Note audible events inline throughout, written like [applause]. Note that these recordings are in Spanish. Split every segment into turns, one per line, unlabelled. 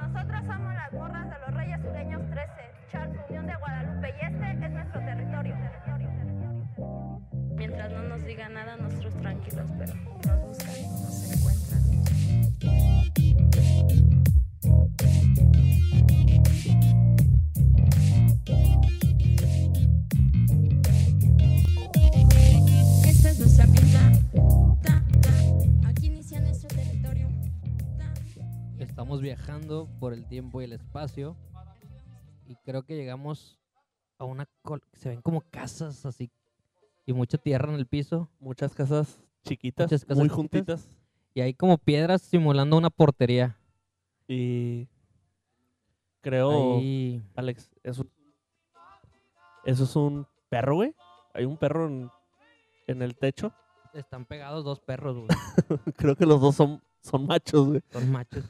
Nosotras somos las morras de los Reyes Sureños 13, Charco, Unión de Guadalupe, y este es nuestro territorio. territorio, territorio, territorio. Mientras no nos diga nada, nosotros tranquilos, pero nos buscan, nos encuentran.
Esta es nuestra pinta. Ta, ta. Aquí inicia nuestro territorio. Ta.
Estamos viajando por el tiempo y el espacio. Y creo que llegamos a una. col- Se ven como casas así. Y mucha tierra en el piso.
Muchas casas chiquitas,
Muchas casas
muy
chiquitas.
juntitas.
Y hay como piedras simulando una portería.
Y
Oh.
creo,
Ahí-
Alex, eso, eso es un perro, güey. Hay un perro en, en el techo.
están pegados dos perros, güey.
[laughs] creo que los dos son, son machos, güey.
Dos
[laughs]
machos.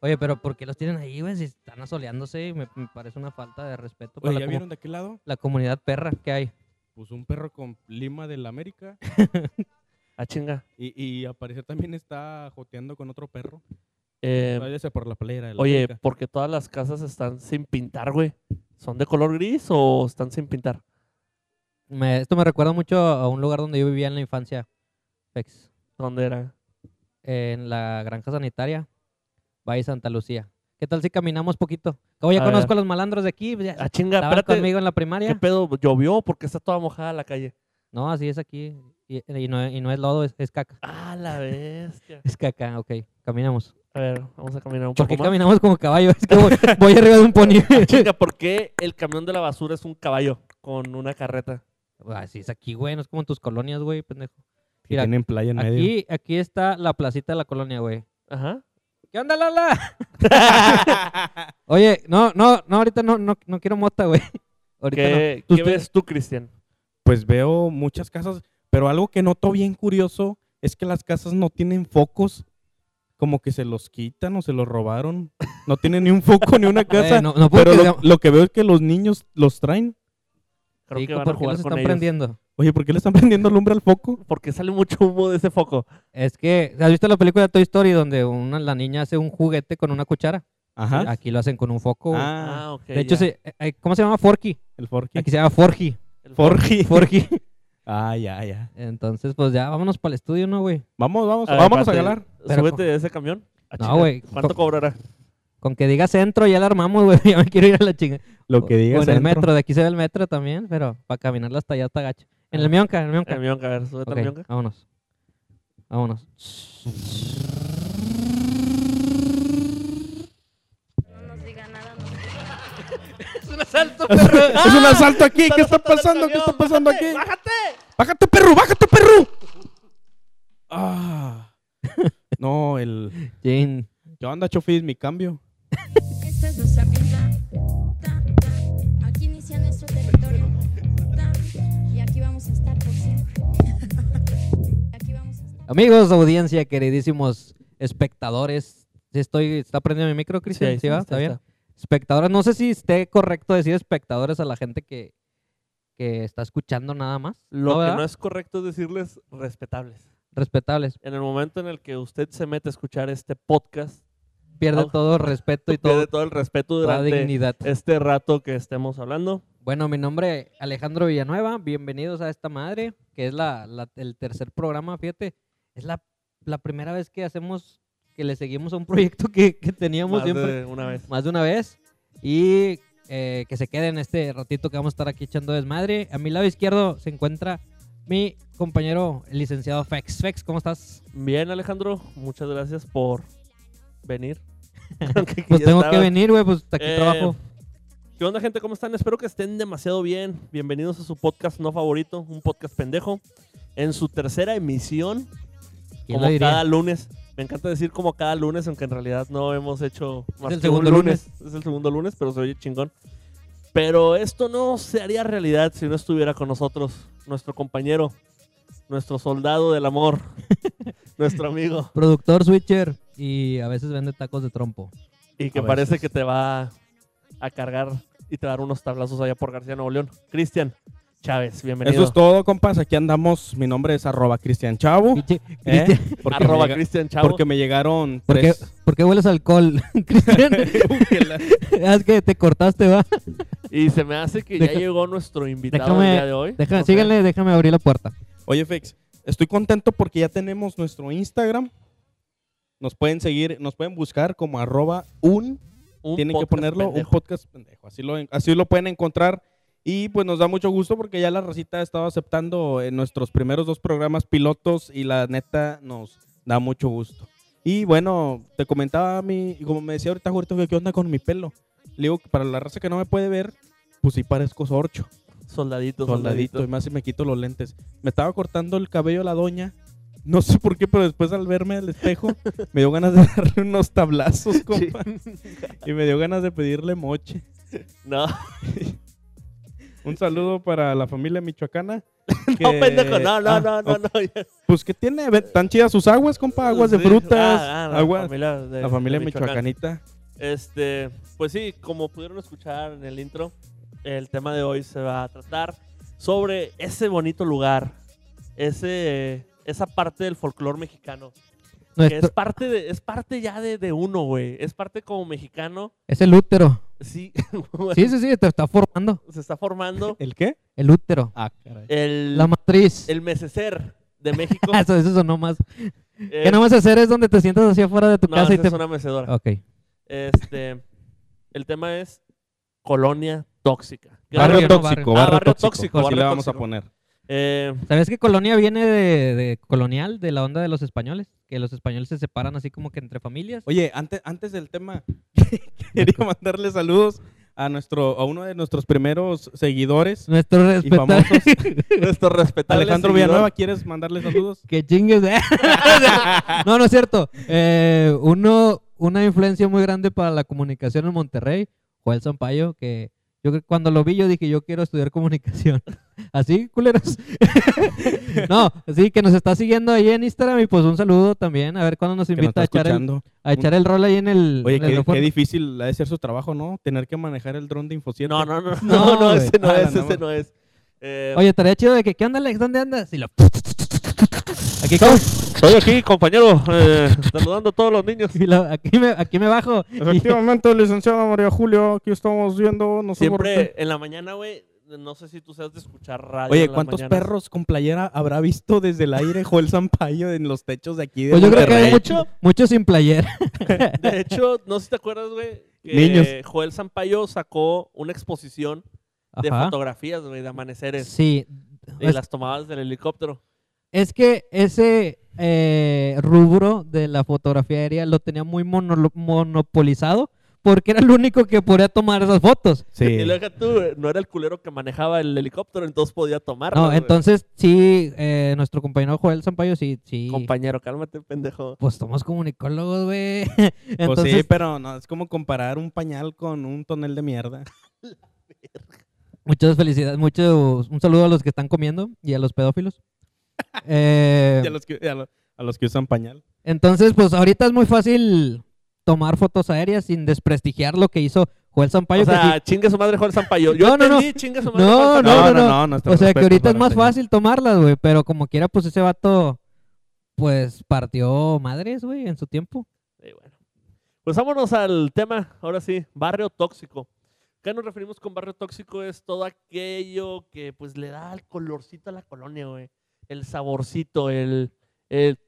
Oye, pero ¿por qué los tienen ahí, güey? Si están asoleándose, me, me parece una falta de respeto para
Oye,
la,
¿ya
comu-
vieron de aquel lado?
la comunidad perra que hay.
Pues un perro con lima de la América.
Ah, chinga.
Y, y al parecer también está joteando con otro perro.
Eh,
Váyase por la playera. de la
oye,
América.
porque todas las casas están sin pintar, güey? ¿Son de color gris o están sin pintar?
Me- esto me recuerda mucho a un lugar donde yo vivía en la infancia, Fex,
¿Dónde era?
en la granja sanitaria, Valle Santa Lucía. ¿Qué tal si caminamos poquito? Como ya
A
conozco
ver.
a los malandros de aquí, pues ya
Ah, chinga,
estaban
espérate.
conmigo en la
¿Qué
primaria.
pedo? ¿Llovió? Porque está toda mojada la calle.
No, así es aquí. Y, y no, y no es lodo, es, es caca.
Ah, la [laughs] bestia.
Es caca, ok. Caminamos.
A ver, vamos a caminar un
¿Por
poco
qué
más.
caminamos como caballo?
[laughs]
Es que voy, voy arriba de un pony. [laughs]
Ah, chinga, ¿por qué el camión de la basura es un caballo con una carreta?
Así es aquí, güey. No es como en tus colonias, güey, pendejo.
Que
mira,
tienen playa en medio.
Aquí, aquí está la placita de la colonia, güey.
Ajá.
¿Qué onda,
[laughs]
Lala? [laughs] Oye, no, no, no, ahorita no, no, no quiero mota, güey. Ahorita no.
¿Qué,
Tú
qué
te-
ves tú, Cristian?
Pues veo muchas casas, pero algo que noto bien curioso es que las casas no tienen focos. Como que se los quitan o se los robaron. No tienen ni un foco ni
[laughs]
una
Eh,
casa.
no, no puedo
pero
que
lo,
sea-
lo que veo es que los niños los traen.
Creo
Sí,
que van a
¿por qué
jugar
los
con
están
ellos.
prendiendo?
Oye, ¿por qué le están [laughs] prendiendo lumbre al foco?
Porque sale mucho humo de ese foco.
Es que, ¿has visto la película de Toy Story donde una, la niña hace un juguete con una cuchara?
Ajá.
Aquí lo hacen con un foco. güey.
Ah,
Ah, ok.
de hecho,
ya.
se- eh, eh, ¿cómo se llama? Forky.
el forky.
Aquí se llama Forky.
El foco.
[laughs]
Forky.
Forky.
Ah, ya, ya.
Entonces, pues ya, vámonos para el estudio, ¿no, güey?
Vamos, vamos,
ver,
vámonos a
espérate,
galar.
Pero
Súbete
con-
de ese camión. Ah,
No,
chinga,
güey,
¿Cuánto
con-
cobrará?
Con que diga centro ya la armamos, güey. [laughs] Ya me quiero ir a la chinga.
Lo que
O-
digas.
O en el
entro.
metro, de aquí se ve el metro también, pero para caminarla hasta allá está gacho. En el Mionca, en el Mionca.
El mionca, a ver, súbete
Ok,
al mionca.
vámonos. Vámonos.
No nos diga nada, no nos diga nada.
[laughs]
¡Ah!
Es un asalto aquí. ¿Qué está
Saltando el
pasando? ¿Qué está
camión,
pasando
bájate, [laughs]
aquí?
¡Bájate!
¡Bájate, perro! ¡Bájate, perro! Ah. [laughs] No, el.
Jin.
¿Qué onda, Chofis? Mi cambio.
Esta es nuestra pinta. Ta, ta. Aquí inicia nuestro territorio. Ta. Y aquí vamos a estar por siempre. [laughs] Aquí vamos a estar.
Amigos, audiencia, queridísimos espectadores. Sí Estoy, ¿Está prendiendo mi micro, Cristian? Sí,
ahí
va? ¿Está bien? Espectadores, no sé si esté correcto decir espectadores a la gente que, que está escuchando nada más.
Lo que
verdad?
no es correcto es decirles respetables.
Respetables.
En el momento en el que usted se mete a escuchar este podcast,
Pierde
Au-
todo respeto y
pierde
todo,
todo el respeto
toda
durante
dignidad.
este rato que estemos hablando.
Bueno, mi nombre es Alejandro Villanueva. Bienvenidos a esta madre, que es la, la- el tercer programa. Fíjate, es la, la primera vez que hacemos, que le seguimos a un proyecto que, que teníamos
Más
siempre
de una vez.
más de una vez. Y eh, que se queden este ratito que vamos a estar aquí echando desmadre. A mi lado izquierdo se encuentra mi compañero, el licenciado Fex. Fex, ¿cómo estás?
Bien, Alejandro, muchas gracias por [laughs] venir.
Pues
Ya
tengo que
estabas.
venir, güey, pues aquí
Eh,
trabajo.
¿Qué onda, gente? ¿Cómo están? Espero que estén demasiado bien. Bienvenidos a su podcast no favorito, un podcast pendejo. En su tercera emisión,
¿Quién
como
lo diría?
cada lunes. Me encanta decir como cada lunes, aunque en realidad no hemos hecho más
el
que un
segundo
Es el segundo lunes, pero se oye chingón. Pero esto no se haría realidad si no estuviera con nosotros nuestro compañero, nuestro soldado del amor, nuestro amigo,
Productor, switcher y a veces vende tacos de trompo.
y que
A
parece
veces.
que te va a cargar y te va a dar unos tablazos allá por García Nuevo León. Cristian, Chávez, bienvenido.
Eso es todo, compas. Aquí andamos. Mi nombre es arroba Cristian
Uh, [laughs]
Chavo.
Pinche-
¿eh?
Cristian,
Porque,
Arroba
me llega-
Cristian Chavo.
porque me llegaron
¿por, qué,
tres.
por qué hueles a alcohol, [laughs] Cristian? es que te cortaste, ¿va?
Y se me hace que ya
Deja-
llegó nuestro invitado
déjame-
el día de hoy.
Deja,
No sé.
Síganle, déjame abrir la puerta.
[laughs] Oye, Fex, estoy contento porque ya tenemos nuestro Instagram. Nos pueden seguir, nos pueden buscar como arroba un
Un
tienen que
podcast
ponerlo
pendejo.
un podcast pendejo. Así lo, así lo pueden encontrar. Y pues nos da mucho gusto porque ya la Rosita ha estado aceptando en nuestros primeros dos programas pilotos y la neta nos da mucho gusto. Y bueno, te comentaba mi, y como me decía ahorita Jorito, que qué onda con mi pelo. Le digo que para la raza que no me puede ver, pues sí parezco sorcho,
Soldadito, soldadito.
soldadito, y más si me quito los lentes. Me estaba cortando el cabello a la doña, no sé por qué, pero después al verme al espejo,
[laughs]
me dio ganas de darle unos tablazos, compa. Y me dio ganas de pedirle moche.
No,
Un saludo para la familia michoacana.
[laughs] no,
que-
pendejo, no, no,
Ah,
no, no,
ok.
no. ya.
Pues que tiene, Ve, tan chidas sus aguas, compa, aguas de
Sí.
frutas,
Ah, ah,
aguas.
La familia, de-
la familia
de Michoacán.
michoacanita.
Este, pues sí, como pudieron escuchar en el intro, el tema de hoy se va a tratar sobre ese bonito lugar, ese, esa parte del folclore mexicano, que
Nuestro-
es parte, de, es parte ya de, de uno, güey, es parte como mexicano,
es el útero.
sí, [laughs]
Sí, sí, sí, te está formando.
se está formando
¿El qué?
El útero.
Ah, caray.
el,
La matriz.
el mesecer de México.
[laughs] eso, eso sonó más.
Es-
¿Qué no vas a hacer? Es donde te sientas así afuera de tu
no,
casa y
esa
te...
es una mecedora.
Ok.
Este, el tema es colonia tóxica. Que
Barrio,
Barrio, no,
tóxico,
barrio.
barrio,
Ah, barrio
tóxico.
tóxico,
Así
barrio
le vamos
tóxico.
a poner.
Eh,
¿Sabes que colonia viene de, de colonial, de la onda de los españoles? Que los españoles se separan así como que entre familias.
Oye, antes, antes del [laughs] tema, quería mandarle saludos a, nuestro, a uno de nuestros primeros seguidores.
Nuestro respeto.
[laughs] famosos.
nuestro respetable
Alejandro
seguidor.
Villanueva, ¿quieres [laughs] mandarle saludos?
[laughs] que chingues. eh. [laughs] no, no es cierto. Eh, uno, una influencia muy grande para la comunicación en Monterrey, Joel Sampaio, que yo creo- cuando lo vi yo dije, yo quiero estudiar comunicación. [laughs] ¿Así, culeros? [laughs] no, así que nos está siguiendo ahí en Instagram y pues un saludo también. A ver cuándo nos
Que nos
invita
está
a, echar el,
escuchando.
a echar el rol ahí en el...
Oye,
en el
qué,
aeropuerto.
qué difícil ha de ser su trabajo, ¿no? Tener que manejar el dron de InfoSiete.
No, no, no, no, [laughs] no,
No, güey.
ese no
Ah,
es,
no,
ese
no.
no es. Eh,
Oye, estaría chido de que, ¿qué onda, Alex? ¿Dónde andas? Y lo... [laughs] Aquí,
estoy aquí, compañero, eh, [laughs] saludando a todos los niños.
y lo- aquí, me, aquí me bajo. Y-
[laughs] Efectivamente, licenciada María Julio, aquí estamos viendo. No sé por
Siempre
qué.
en la mañana, güey, no sé si tú seas de escuchar radio.
Oye,
en la
¿cuántos
mañana.
perros con playera habrá visto desde el aire Joel Sampaio en los techos de aquí de
pues yo creo que
Monterrey?
hay mucho, mucho sin playera.
[laughs]
De hecho, no sé si te acuerdas, güey, que
Niños.
Joel Sampaio sacó una exposición de
Ajá.
fotografías, güey, de amaneceres.
Sí.
Y
Es-
las tomabas del helicóptero.
Es que ese eh, rubro de la fotografía aérea lo tenía muy monolo- monopolizado porque era el único que podía tomar esas fotos.
Y
Sí.
luego tú, güey, no era el culero que manejaba el helicóptero, entonces podía tomar.
No, entonces sí, eh, nuestro compañero Joel Sampaio sí, sí.
Compañero, cálmate, pendejo.
pues somos comunicólogos, güey. [laughs]
Pues sí,
Entonces,
pero no, es como comparar un pañal con un tonel de mierda. [laughs]
muchas felicidades, muchos, un saludo a los que están comiendo y a los
[laughs]
pedófilos. Eh,
Y a, los que, a lo- a los que usan pañal.
Entonces, pues ahorita es muy fácil tomar fotos aéreas sin desprestigiar lo que hizo Joel Sampaio.
o
que sí-
sea, chingue su madre Joel Sampaio. Yo
No, no, no.
entendí, chingue su madre
No,
Joel Sampaio.
no, no.
nuestros
O sea, que
respetos
ahorita es
para
más
el señor.
fácil tomarlas, güey, pero como quiera, pues ese vato, pues partió madres, güey, en su tiempo.
Sí, bueno. Pues vámonos al tema, ahora sí, barrio tóxico. ¿Qué nos referimos con barrio tóxico? Es todo aquello que pues le da el colorcito a la colonia, güey. El saborcito, el... el-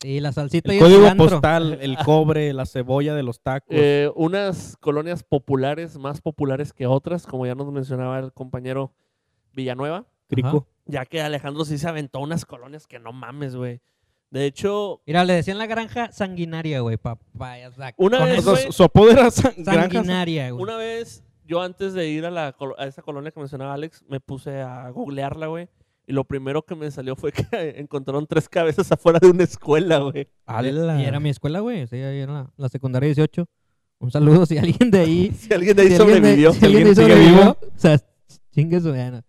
Sí, la salsita
El
y el
código
cilantro.
postal,
[laughs]
el cobre, la cebolla de los tacos.
eh, unas colonias populares, más populares que otras, como ya nos mencionaba el compañero Villanueva.
crico.
Ya que Alejandro sí se aventó unas colonias que no mames, güey. De hecho,
Mira, le decían la granja sanguinaria, güey, papá.
Una
O
vez,
sea,
güey,
su- su apodo era san- granjas
sanguinaria, güey.
Una vez, yo antes de ir a, la, colo- a esa colonia que mencionaba Alex, me puse a googlearla, güey. Y lo primero que me salió fue que [laughs] encontraron tres cabezas afuera de una escuela, güey.
Ala.
Y era mi escuela, güey, sí, ahí en la, la secundaria 18. Un saludo si alguien de ahí...
Si alguien de ahí
si alguien de-
sobrevivió.
si alguien de ahí
alguien sigue
sobrevivió, o sea, chingue su madre.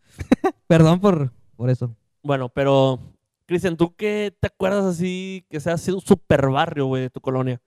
Perdón por, por eso.
Bueno, pero, Cristian, ¿tú qué te acuerdas así que sea así un super barrio, güey, de tu colonia?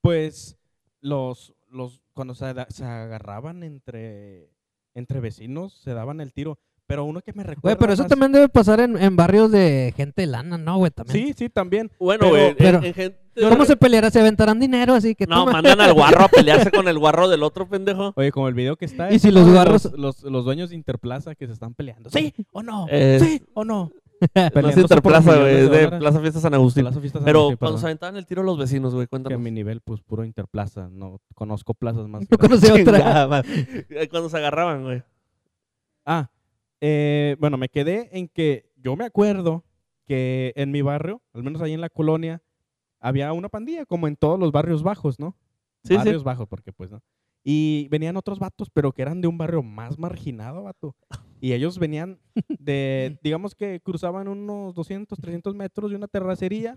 Pues los, los cuando se, ada- se agarraban entre, entre vecinos se daban el tiro. Pero uno que me recuerda.
Güey, pero eso
más-
también debe pasar en, en barrios de gente lana, ¿no, güey? También.
Sí, sí, también.
Bueno,
Pero-
güey, en-
pero-
en gente-
¿Cómo se peleará? ¿Se aventarán dinero así que
No,
toma?
mandan al guarro a pelearse con el guarro del otro pendejo.
Oye, como el video que está.
Y
ese,
si los
¿no? de
guarros-
Los, los dueños de Interplaza que se están peleando. ¿Sí o no?
Eh,
¿Sí o
No
no?
es
Peleándose por
Interplaza,
millones
güey,
de
es de
dólares.
Plaza Fiesta San Agustín.
Plaza Fiesta San
Pues Pero
Agustín,
cuando
perdón.
se aventaban el tiro los vecinos, güey,
Que a
cuéntanos.
mi nivel, pues puro Interplaza. No conozco
[laughs]
plazas más.
No
grandes.
conocí otra.
Chingada madre. Eh, Cuando se agarraban, güey.
Ah, eh, bueno, me quedé en que yo me acuerdo que en mi barrio, al menos ahí en la colonia, había una pandilla, como en todos los barrios bajos, ¿no?
Sí, sí.
barrios bajos, porque pues, ¿no? Y venían otros vatos, pero que eran de un barrio más marginado, vato. Y ellos venían
[laughs]
de, digamos que cruzaban unos 200, 300 metros de una terracería.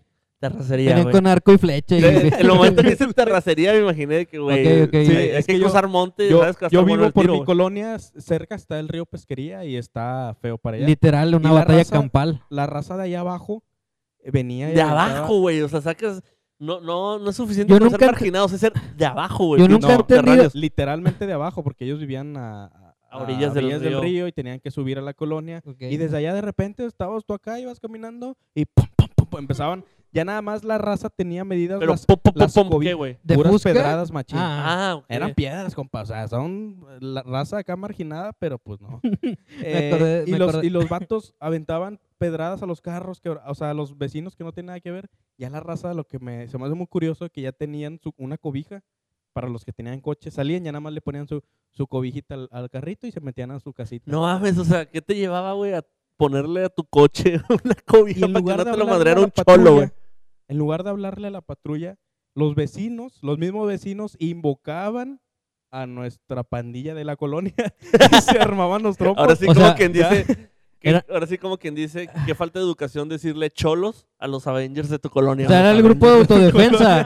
[laughs]
Terracería,
Venían
[laughs] güey.
con arco y flecha. y- [laughs]
En el momento que hice terracería me imaginé que, güey,
Ok, ok.
hay-
Sí,
hay
es
que
que yo-
cruzar monte,
Yo,
¿sabes? Que va a
yo
estar bueno
vivo
el
por
tiro,
mi
güey.
colonia, s- cerca está el río Pesquería y está feo para allá.
Literal, una
Y la
batalla
raza-
campal.
La raza de allá abajo eh, venía... y
De
aventaba-
abajo, güey. O sea, sacas. No, no, no es suficiente
Yo
con
nunca
ser
ent-
marginados, es ser de abajo, güey.
Yo
pinches
nunca he entendido-
subterráneos.
literalmente de abajo, porque ellos vivían a, a-
A orillas del río.
río y tenían que subir a la colonia. Y
Ok.
desde allá de repente estabas tú acá, ibas caminando y pum, pum, pum, pum, empezaban. Ya nada más la raza tenía medidas
Pero
las
pop, pop,
las
pop, ¿qué,
cobi-
güey?
¿De
puras
Fusca?
pedradas machín.
Ah.
Ah, ok.
Eran piedras, compa. O sea, son la raza acá marginada, pero pues no. Eh,
acordé- [laughs]
y,
me
los,
acordé.
y los vatos aventaban pedradas a los carros, que, o sea, a los vecinos que no tienen nada que ver. Ya la raza, lo que me, se me hace muy curioso, que ya tenían su- una cobija para los que tenían coche. Salían, ya nada más le ponían su, su cobijita al, al carrito y se metían a su casita.
No mames, o sea, ¿qué te llevaba, güey, a ponerle a tu coche [laughs] una cobija para que no te lo
hablarle
madreara
a la
un cholo, güey?
patrulla, En lugar de hablarle a la patrulla, los vecinos, los mismos vecinos, invocaban a nuestra pandilla de la colonia [laughs] y se armaban los trompos.
Ahora sí,
O
como
sea,
quien
ya.
dice. que-
[laughs] Era-
Ahora sí, como quien dice, qué falta de educación decirle cholos a los Avengers de tu colonia.
O sea,
güey.
era el grupo de autodefensa.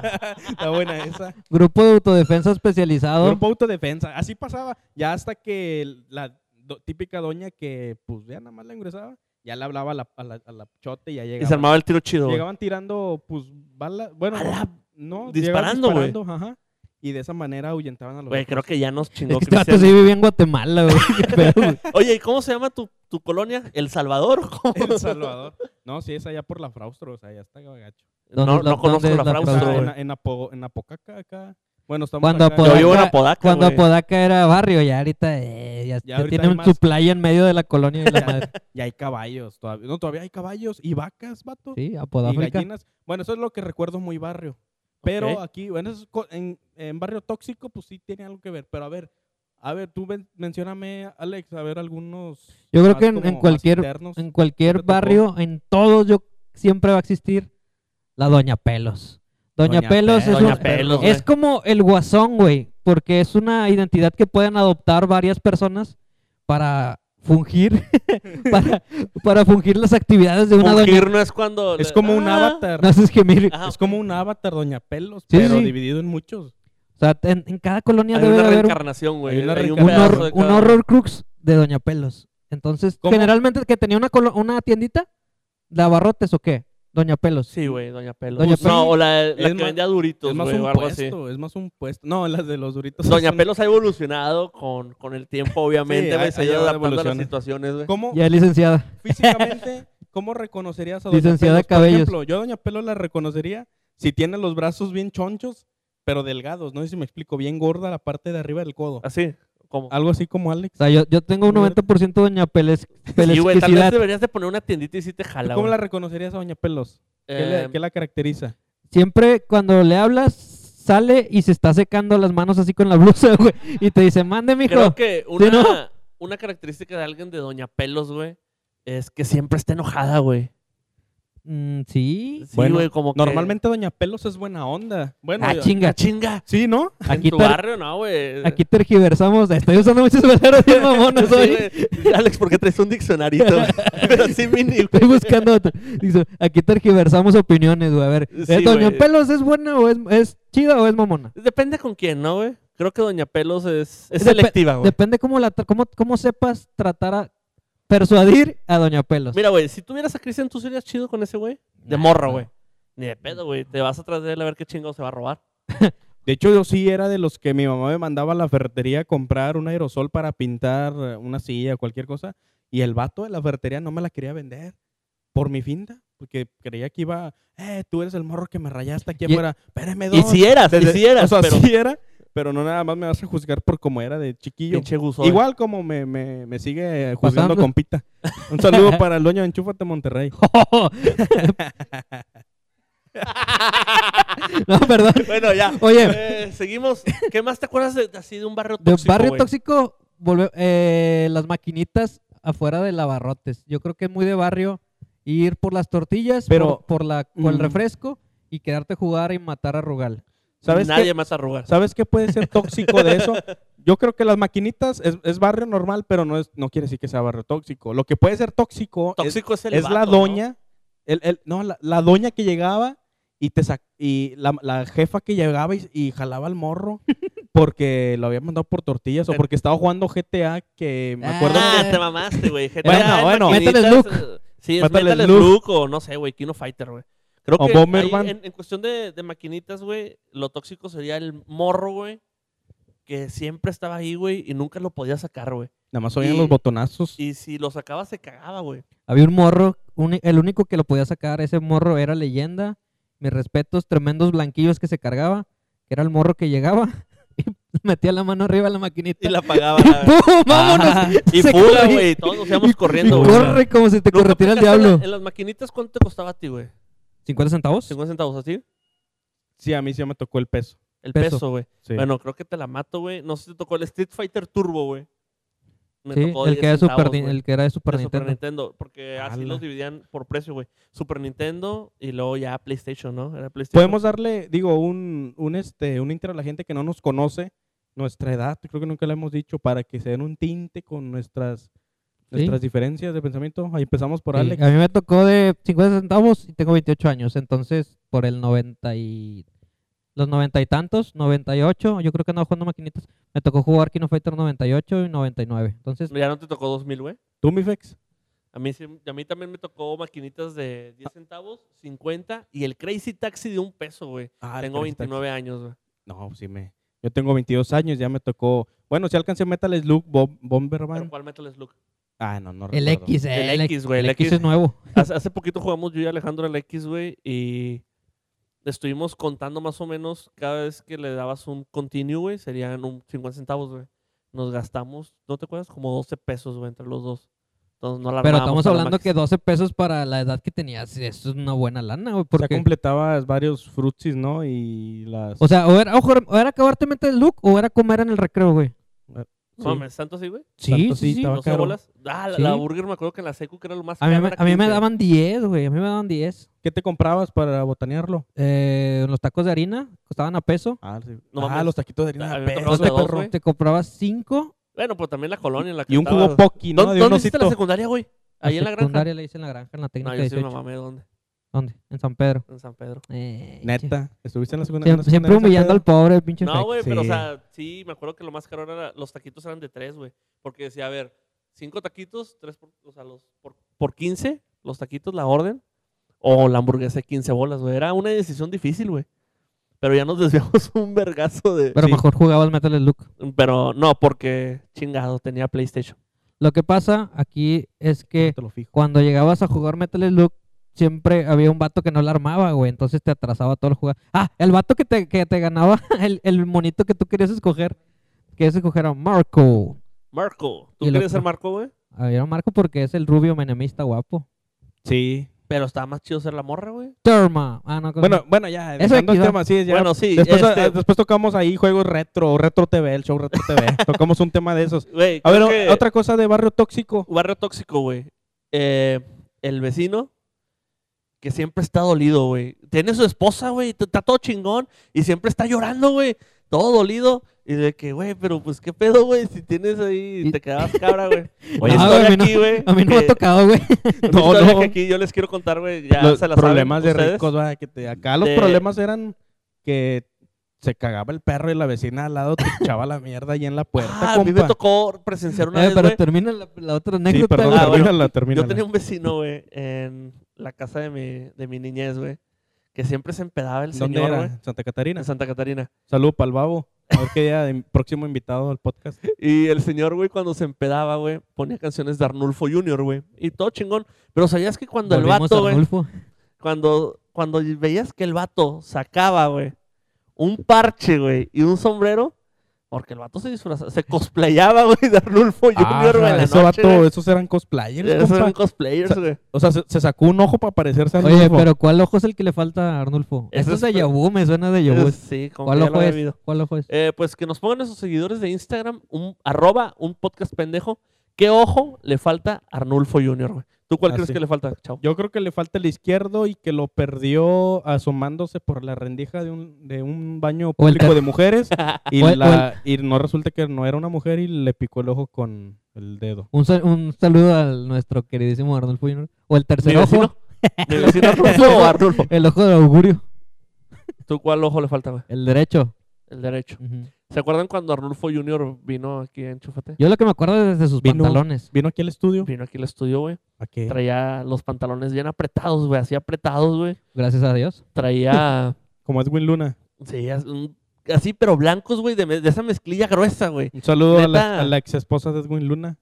Está buena
[laughs]
esa.
grupo de autodefensa especializado.
Grupo autodefensa. Así pasaba. Ya hasta que el- la do- típica doña que pues ya nada más la ingresaba, ya le hablaba a la, a la, a la chote y ya
Y se
llegaba.
armaba el tiro chido, güey.
Llegaban tirando, pues, balas. Bueno,
A la-
no, llegaban
disparando, güey.
disparando, ajá. Y de esa manera ahuyentaban a los
Güey, creo que ya nos
Es
chingó
que este vato
Cristian.
sí vivía en Guatemala, güey. Qué pedo, güey.
Oye, ¿y cómo se llama tu, tu colonia? ¿El Salvador? o cómo?
[laughs] El Salvador. No, sí, es allá por la Fraustro, o sea, ya está gacho.
No,
¿Dónde
no,
es la-
conozco
dónde es
la
la
O sea,
Fraustro,
Fraustro?
en,
güey.
en, Apo- en Apocaca acá. Bueno, estamos
Cuando
acá.
Yo
Apodaca-
vivo en Apodaca,
Cuando
güey.
Apodaca era barrio, ya ahorita eh, ya, ya
ahorita
tienen
hay
su
más.
playa en medio de la colonia y la madre.
Y hay caballos todavía. No, todavía hay caballos y vacas, vato.
Sí,
y
Apodaca.
gallinas. Bueno, eso es lo que recuerdo muy barrio. Pero
Ok.
aquí, bueno, eso es co- en, en barrio tóxico, pues sí tiene algo que ver. Pero a ver, a ver, tú ven- mencióname, Alex, a ver algunos.
Yo creo
más
que en- en
como más
cualquier-
internos.
En cualquier
¿Qué te tocó?
barrio, en todos, yo siempre va a existir la Doña Pelos. Doña,
Doña
Pelos,
Pelos,
es,
Doña
un-
Pelos, güey.
es como el guasón, güey, porque es una identidad que pueden adoptar varias personas para fungir, [laughs] para, para fungir las actividades de una doña.
Fungir no es cuando...
Es
le-
como un
Ah,
avatar.
No haces gemir.
ah,
Es como un avatar, Doña Pelos,
Sí,
pero
sí.
dividido en muchos.
O sea, en, en cada colonia
Hay
debe de
una
haber un-
reencarnación, güey.
Hay una
Hay un
un,
reencarnación.
pedazo
horror-
de
un
cada-
horror crux de Doña Pelos. Entonces,
¿Cómo?
generalmente que tenía una, colo- una tiendita de abarrotes o qué, Doña Pelos.
Sí, güey, Doña Pelos.
Doña
Pues No,
Pelos.
o la, la que
más-
vendía duritos,
Es más
güey, o
un
algo así.
puesto, es más un puesto. No, las de los duritos.
Doña
son-
Pelos ha evolucionado con, con el tiempo, obviamente,
Sí,
güey.
ha-
se
ha
ha ido
llevado
adaptando a las
evoluciones.
situaciones, güey.
¿Cómo
¿eh? Ya licenciada.
físicamente, cómo reconocerías a Doña
Licenciada
Pelos? Por
Cabellos.
ejemplo, yo a Doña Pelos la reconocería si tiene los brazos bien chonchos, pero delgados. No sé si me explico. Bien gorda la parte de arriba del codo.
Así, como...
Algo así como Alex.
O sea, yo, yo tengo un
Fíjate.
90% doña Peles,
Sí, güey, tal vez
pelesquicidad.
deberías de poner una tiendita y sí te jala,
¿Cómo
güey.
la reconocerías a Doña Pelos? ¿Qué,
Eh,
le- qué la caracteriza?
Siempre cuando le hablas, sale y se está secando las manos así con la blusa, [laughs] güey. Y te dice, mande, mijo.
Creo que una,
no?
una característica de alguien de Doña Pelos, güey, es que siempre está enojada, güey.
Mm, sí.
Sí,
Bueno,
güey, como que...
Normalmente Doña Pelos es buena onda. Bueno,
ah,
yo-
chinga.
¡Chinga!
sí, ¿no?
Aquí,
en tu
ter-
barrio, no, güey. [laughs]
aquí tergiversamos. Estoy usando muchos [laughs] palabras bien mamonas
Sí,
hoy.
güey. Alex, ¿por qué traes un
[laughs]
diccionarito? güey? Pero sí mini, güey.
Estoy buscando otro. Dice, aquí tergiversamos opiniones, güey. A ver,
Sí,
¿eh, ¿Doña
güey.
Pelos es buena o es, es chida o es mamona?
Depende con quién, ¿no, güey? Creo que Doña Pelos es, es
Depe-
selectiva, Ah, güey.
Depende cómo, la tra- cómo, cómo sepas tratar a persuadir a Doña Pelos.
Mira, güey, si tuvieras a Cristian, ¿tú serías chido con ese güey? De
Nah,
morro,
no.
güey. Ni de pedo, güey. Te vas atrás de él a ver qué chingo se va a robar.
De hecho, yo sí era de los que mi mamá me mandaba a la ferretería a comprar un aerosol para pintar eh, una silla, cualquier cosa. Y el vato de la ferretería no me la quería vender por mi finta, porque creía que iba, eh, tú eres el morro que me rayaste aquí
Y-
afuera. Espérame dos.
Y si eras, y
Desde-
si eras,
o sea,
pero
sí era, pero no nada más me vas a juzgar por cómo era de chiquillo.
pinche gusto. [laughs]
Igual como me, me, me sigue juzgando
Pasando.
compita. Un [laughs] saludo para el dueño de Enchúfate [laughs] Monterrey.
[laughs] no,
[laughs]
perdón.
Bueno, ya.
Oye,
Eh, seguimos. ¿Qué más te acuerdas de, así de un barrio
de
tóxico?
barrio
güey?
tóxico, volve- eh, las maquinitas afuera de lavarrotes. Yo creo que es muy de barrio ir por las tortillas,
Pero-
por, por la, por el
Mm.
refresco y quedarte a jugar y matar a Rugal.
¿Sabes
Nadie
qué,
más arruga.
¿Sabes qué puede ser tóxico de
[laughs]
eso? Yo creo que las maquinitas es, es barrio normal, pero no, es, no quiere decir que sea barrio tóxico. Lo que puede ser tóxico, es-
Tóxico es, el
es, la
vato, ¿no?
doña, el, el- no, la, la doña que llegaba y te sac- y la, la jefa que llegaba y, y jalaba
[laughs]
al morro porque lo había mandado por tortillas o porque estaba jugando GTA que me acuerdo
Ah,
que
te mamaste, güey. GTA,
Bueno, bueno.
maquinitas,
Metal Slug.
eh, Sí, es
Metal
Metal
Slug.
Slug o no sé, güey, Kino Fighter, güey. Creo
O
que
Bomberman.
ahí en, en cuestión de, de maquinitas, güey, lo tóxico sería el morro, güey, que siempre estaba ahí, güey, y nunca lo podía sacar, güey.
nada más oían
y-
los botonazos.
Y si lo sacaba, se cagaba, güey.
Había un morro, un- el único que lo podía sacar, ese morro era leyenda. Mis respetos, tremendos blanquillos que se cargaba, que era el morro que llegaba [laughs] y metía la mano arriba de la maquinita.
Y
[laughs]
la pagaba. la verdad.
¡Pum! ¡Vámonos! [laughs]
y
Se
fuga,
corría.
güey. Todos nos íbamos
Y-
corriendo,
y
güey.
Corre como si te
Nunca
corretiera el
aplicaste
diablo.
En, en las maquinitas, ¿cuánto te costaba a ti, güey?
¿50 centavos?
¿50 centavos así?
Sí, a mí sí me tocó el peso.
El
Peso.
peso, güey.
Sí.
Bueno, creo que te la mato, güey. No sé si te tocó el Street Fighter Turbo, güey. Me
Sí,
tocó
el
10
que, era Super,
centavos,
Ni-
güey.
el que era de Super
de
Nintendo.
Super Nintendo, porque así
Ala.
los dividían por precio, güey. Super Nintendo y luego ya PlayStation, ¿no? Era PlayStation.
Podemos darle, digo, un, un, este, un intro a la gente que no nos conoce, nuestra edad, creo que nunca lo hemos dicho, para que se den un tinte con nuestras, nuestras diferencias de pensamiento. Ahí empezamos por
Sí,
Alex.
a mí me tocó de 50 centavos y tengo 28 años, entonces por el 90 y... Los 90 y tantos, 98, yo creo que no jugando maquinitas. Me tocó jugar Kino Fighter 98 y 99. Entonces,
Ya no te tocó 2000, güey.
¿Tú, mi Fex?
A mí, sí- a mí también me tocó maquinitas de 10 centavos, 50 y el Crazy Taxi de un peso, güey.
Ah,
Ah,
Tengo 29 años, güey.
No, sí me... Yo tengo 22 años, ya me tocó... Bueno, si alcancé Metal Slug, Bob,
¿Pero
Bomberman...
cuál Metal Slug?
Ah, no, no
el
recuerdo.
X,
El
eh,
X, güey,
El
el
X
X.
es nuevo.
Hace, hace poquito jugamos yo y Alejandro el X, güey, y estuvimos contando más o menos cada vez que le dabas un continue, güey, serían un 50 centavos, güey. Nos gastamos, ¿no te acuerdas? Como 12 pesos, güey, entre los dos. Entonces no la
Pero
armábamos
estamos
a la
hablando que
máquina.
12 pesos para la edad que tenías, eso es una buena lana, güey.
O sea,
Porque,
completabas varios frutsis, ¿no? Y las...
o sea, o era, ojo, o era acabarte el look o era comer en el recreo, güey.
sí.
No, me santo así, güey.
Sí,
Tanto sí,
sí, sí.
estaba
¿12
caro.
bolas? Ah, la,
Sí.
la burger me acuerdo que en la secu que era lo más
A mí,
caro,
me,
era
a mí me
15.
daban 10, güey, a mí me daban 10.
¿Qué te comprabas para botanearlo?
Eh, los tacos de harina costaban a peso.
Ah, sí.
No
ah
mames.
los taquitos de harina.
A
de
mí me
perro,
tocaron de
perro.
dos, güey.
Te comprabas 5
Bueno, pues también la colonia en la que
Y un
estaba.
jugo poqui, ¿no?
¿Dónde,
De un
dónde hiciste la
osito.
secundaria, güey?
La
Ahí en la granja.
secundaria la hice en la granja, en la técnica
No, yo sí me
18.
mamé, ¿dónde?
¿Dónde? En San Pedro.
En San Pedro.
Eh,
Neta, estuviste en la segunda.
che. Siempre, siempre humillando al pobre, el pinche
No,
Fex.
güey, pero o
sí.
sea, sí, me acuerdo que lo más caro era, los taquitos eran de tres, güey. Porque decía, a ver, cinco taquitos, tres por, o sea, los, por, por 15, los taquitos, la orden, o la hamburguesa de 15 bolas, güey. Era una decisión difícil, güey. Pero ya nos [laughs] desviamos un vergazo de...
Pero
sí.
mejor jugabas Metal Slug.
Pero no, porque chingado, tenía PlayStation.
Lo que pasa aquí es que
Te lo fijo.
cuando llegabas a jugar Metal Slug, siempre había un vato que no la armaba, güey. Entonces te atrasaba todo el jugar. Ah, el vato que te, que te ganaba, [laughs] el, el monito que tú querías escoger. Querías escoger a Marco.
Marco. ¿Tú
Y el
querías
otro.
ser Marco, güey?
A ver, a Marco porque es el rubio menemista guapo.
Sí.
Pero estaba más chido ser la morra, güey.
Terma. Ah, no. con-
Bueno, bueno, ya.
Eso
dejando el
equidad.
tema, sí, ya.
Bueno, sí,
después,
este-
ah, después tocamos ahí juegos retro, retro TV, el show retro TV.
[laughs]
tocamos un tema de esos.
Güey,
A ver,
creo
o-
que-
otra cosa de barrio tóxico.
barrio tóxico, güey. Eh, el vecino que siempre está dolido, güey. Tiene su esposa, güey. t- Está todo chingón y siempre está llorando, güey. Todo dolido. Y de que, güey, pero pues qué pedo, güey. Si tienes ahí,
Y-
te quedabas cabra, güey. Oye,
No,
historia
a mí no-
aquí, güey.
a mí no me
que-
eh,
ha tocado, güey.
una
Ah, No,
historia
no.
que aquí yo les quiero contar, güey. Ya
los
se la saben
problemas de
ustedes.
ricos, va, que te- acá los
De-
problemas eran que se cagaba el perro y la vecina al lado te echaba la mierda ahí en la puerta,
Ah, a mí me
compa.
tocó presenciar una
Eh,
vez,
pero
güey.
termina la, la otra
Sí,
anécdota.
perdón,
güey.
Ah, bueno.
termínala, termínala.
Yo tenía un vecino, güey, en la casa de mi, de mi niñez, güey, que siempre se empedaba el
¿Dónde
señor,
era?
güey,
¿En Santa Catarina.
En Santa Catarina.
Salud para el babo. A ver qué día de próximo invitado al podcast.
Y el señor, güey, cuando se empedaba, güey, ponía canciones de Arnulfo Junior, güey. Y todo chingón. Pero sabías que cuando el
Volvemos a
vato, güey,
Arnulfo.
cuando, cuando veías que el vato sacaba, güey, un parche, güey, y un sombrero, porque el vato se disfrazaba, se cosplayaba, [laughs] güey, de Arnulfo Junior, güey, en la
eso
noche,
vato,
güey.
esos eran cosplayers,
Esos
compa.
eran cosplayers, güey.
O sea, se, se sacó un ojo para parecerse al
Oye,
mismo.
pero ¿cuál ojo es el que le falta a Arnulfo?
Ese
Eso es
es-
de Yabú, me suena de Yabú.
Es- Sí, como que
¿Cuál
ya lo
ojo
había
es?
habido.
¿Cuál ojo es?
Eh, pues que nos pongan esos seguidores de Instagram, un arroba, un podcast pendejo. ¿Qué ojo le falta a Arnulfo Junior, güey? ¿Tú cuál
Ah,
crees
sí.
que le falta, chao?
Yo creo que le falta el izquierdo y que lo perdió asomándose por la rendija de un, de un baño
O el
público
ter-
[laughs]
de mujeres y,
O el-
la, y no resulta que no era una mujer y le picó el ojo con el dedo.
Un, sal- un saludo a nuestro queridísimo Arnulfo Junior. O Pues el
¿Mi
tercer
vecino?
ojo,
¿Mi vecino Arnulfo o Arnulfo?
el ojo de augurio,
¿Tú cuál ojo le falta, güey?
el derecho.
El derecho.
Ujú.
¿Se acuerdan cuando Arnulfo Junior vino aquí a Enchúfate?
Yo lo que me acuerdo es de sus
Vino-
pantalones.
Vino aquí al estudio.
Vino aquí al estudio, güey.
¿A qué?
Traía los pantalones bien apretados, güey. Así apretados, güey.
Gracias a Dios.
Traía...
Como Edwin Luna.
sí, as- un- así, pero blancos, güey. De, me- de esa mezclilla gruesa, güey.
Un saludo a
Neta.
la, a la ex esposa de Edwin Luna.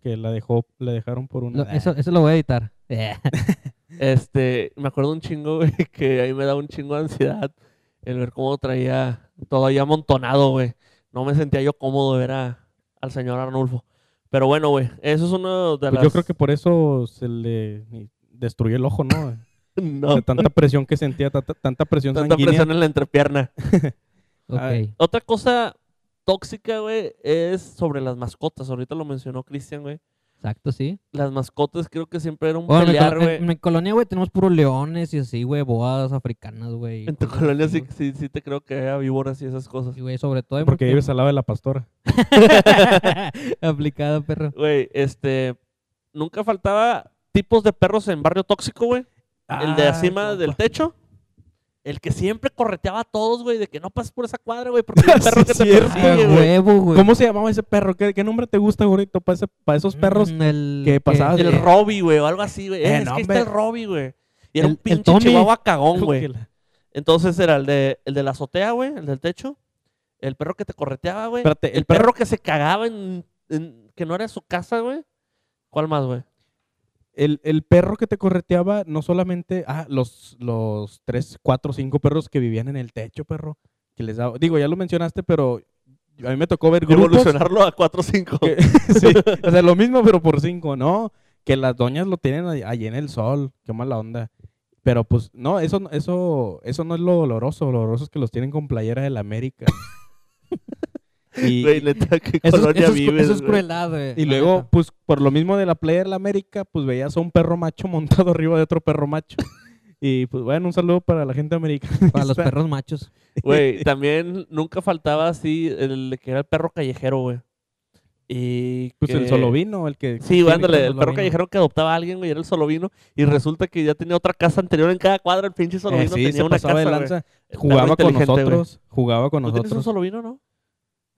Que la dejó, la dejaron por una.
Lo- eso, eso lo voy a editar. [laughs] Eh,
Este, me acuerdo un chingo, [laughs] güey, que ahí me da un chingo de ansiedad el ver cómo traía todo ahí amontonado, güey. No me sentía yo cómodo de ver a- al señor Arnulfo. Pero bueno, güey, eso es uno de
Pues
las...
yo creo que por eso se le destruyó el ojo, ¿no?
[laughs] No,
De tanta presión que sentía, tanta, tanta presión
tanta
sanguínea.
presión en la entrepierna.
Ok.
Ay.
Otra cosa tóxica, güey, es sobre las mascotas. Ahorita lo mencionó Cristian, güey.
Exacto, sí. Las
Las mascotas creo que siempre era un
Bueno, en mi
pelear,
colo-
güey.
en, en mi colonia, güey, tenemos puros leones y así, güey, boadas africanas, güey.
En tu
cosas
colonia
así,
sí, sí, sí te creo que había víboras y esas cosas.
güey. Sí, güey, sobre todo. en
Porque
Monterrey.
vives al lado de la pastora.
[laughs] Aplicado, perro.
Güey, este. Nunca faltaba tipos de perros en barrio tóxico, güey. el
Ah,
de encima
pues,
del techo. El que siempre correteaba a todos, güey, de que no pases por esa cuadra, güey, [laughs] porque hay un
Sí,
perro que te
cierto,
persigue,
A
güey.
huevo, güey.
¿Cómo se llamaba ese perro? ¿Qué, qué nombre te gusta, gorito, para esos perros?
Mm, el
que pasabas
El
[laughs]
Robby, güey, o algo así, güey.
Eh,
es
no,
que está el
hombre.
Robby, güey. Y era
El- el
un pinche
Tommy.
chihuahua cagón,
Creo
güey.
que la-
Entonces era el de, el de la azotea, güey, el del techo. El perro que te correteaba, güey.
Espérate,
El perro que se cagaba en, en- que no era su casa, güey. ¿Cuál más, güey?
El, el perro que te correteaba, no solamente. Ah, los, los tres, cuatro, cinco perros que vivían en el techo, perro. Que les daba. Digo, ya lo mencionaste, pero a mí me tocó ver grupos.
Evolucionarlo a 4-5.
que- sí, o sea, lo mismo, pero por cinco, ¿no? Que las doñas lo tienen ahí- ahí en el sol, qué mala onda. Pero pues, no, eso, no- eso, eso no es lo doloroso, lo doloroso es que los tienen con playera
[laughs]
del América.
[laughs]
y,
Güey, neta, qué
Eso, es-
colonia
eso es,
vives,
eso es
güey?
crueldad, güey.
y
la
luego,
neta.
pues, por lo mismo de la playera del América, pues veías a un perro macho montado [laughs] arriba de otro perro macho. Y pues bueno, un saludo para la gente americana. [laughs]
Para los perros machos.
Güey, también nunca faltaba así el de que era el perro callejero, güey. Y
Pues
que-
el solovino, el que...
Sí, güey,
tiene-
ándale, el
solovino.
perro callejero que adoptaba a alguien, güey, era el solovino. Y resulta que ya tenía otra casa anterior en cada cuadra, el pinche
Eh,
solovino
sí,
tenía
se
una
pasaba
casa,
de
güey.
lanza.
El perro
Jugaba con
inteligente, güey.
nosotros, jugaba con
¿Tú tienes un
nosotros.
solovino, no?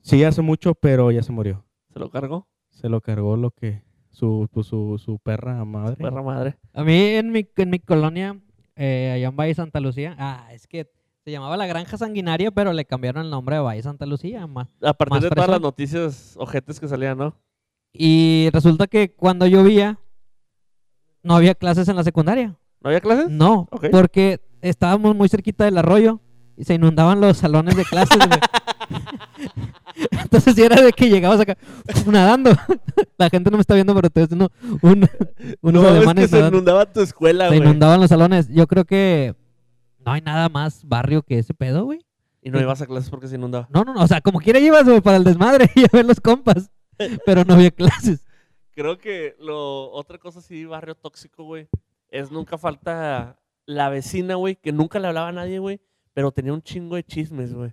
Sí, hace mucho, pero ya se murió.
Se lo cargó,
Se lo cargó lo que su pues, su, su perra madre.
perra madre.
A mí en mi, en mi colonia, eh, allá en Valle Santa Lucía, ah, es que se llamaba la Granja Sanguinaria, pero le cambiaron el nombre a Valle Santa Lucía. ma-
A partir
Más
de todas
fresón.
las noticias ojetes que salían, ¿no?
Y resulta que cuando llovía, no había clases en la secundaria.
¿No había clases?
No,
Ok.
porque estábamos muy cerquita del arroyo y se inundaban los salones de clases.
[laughs]
güey. Entonces, si era de que llegabas acá nadando, [laughs] la gente no me está viendo, pero estoy haciendo un, unos
mames, que
alemanes
se inundaba tu escuela,
se
güey.
inundaban los salones. Yo creo que no hay nada más barrio que ese pedo, güey.
Y no ibas a clases porque se inundaba.
No, no, no. O sea, como quiera llevas, güey, para el desmadre [laughs] y a ver los compas. Pero no había clases.
Creo que lo otra cosa sí, barrio tóxico, güey, es nunca falta la vecina, güey, que nunca le hablaba a nadie, güey, pero tenía un chingo de chismes, güey.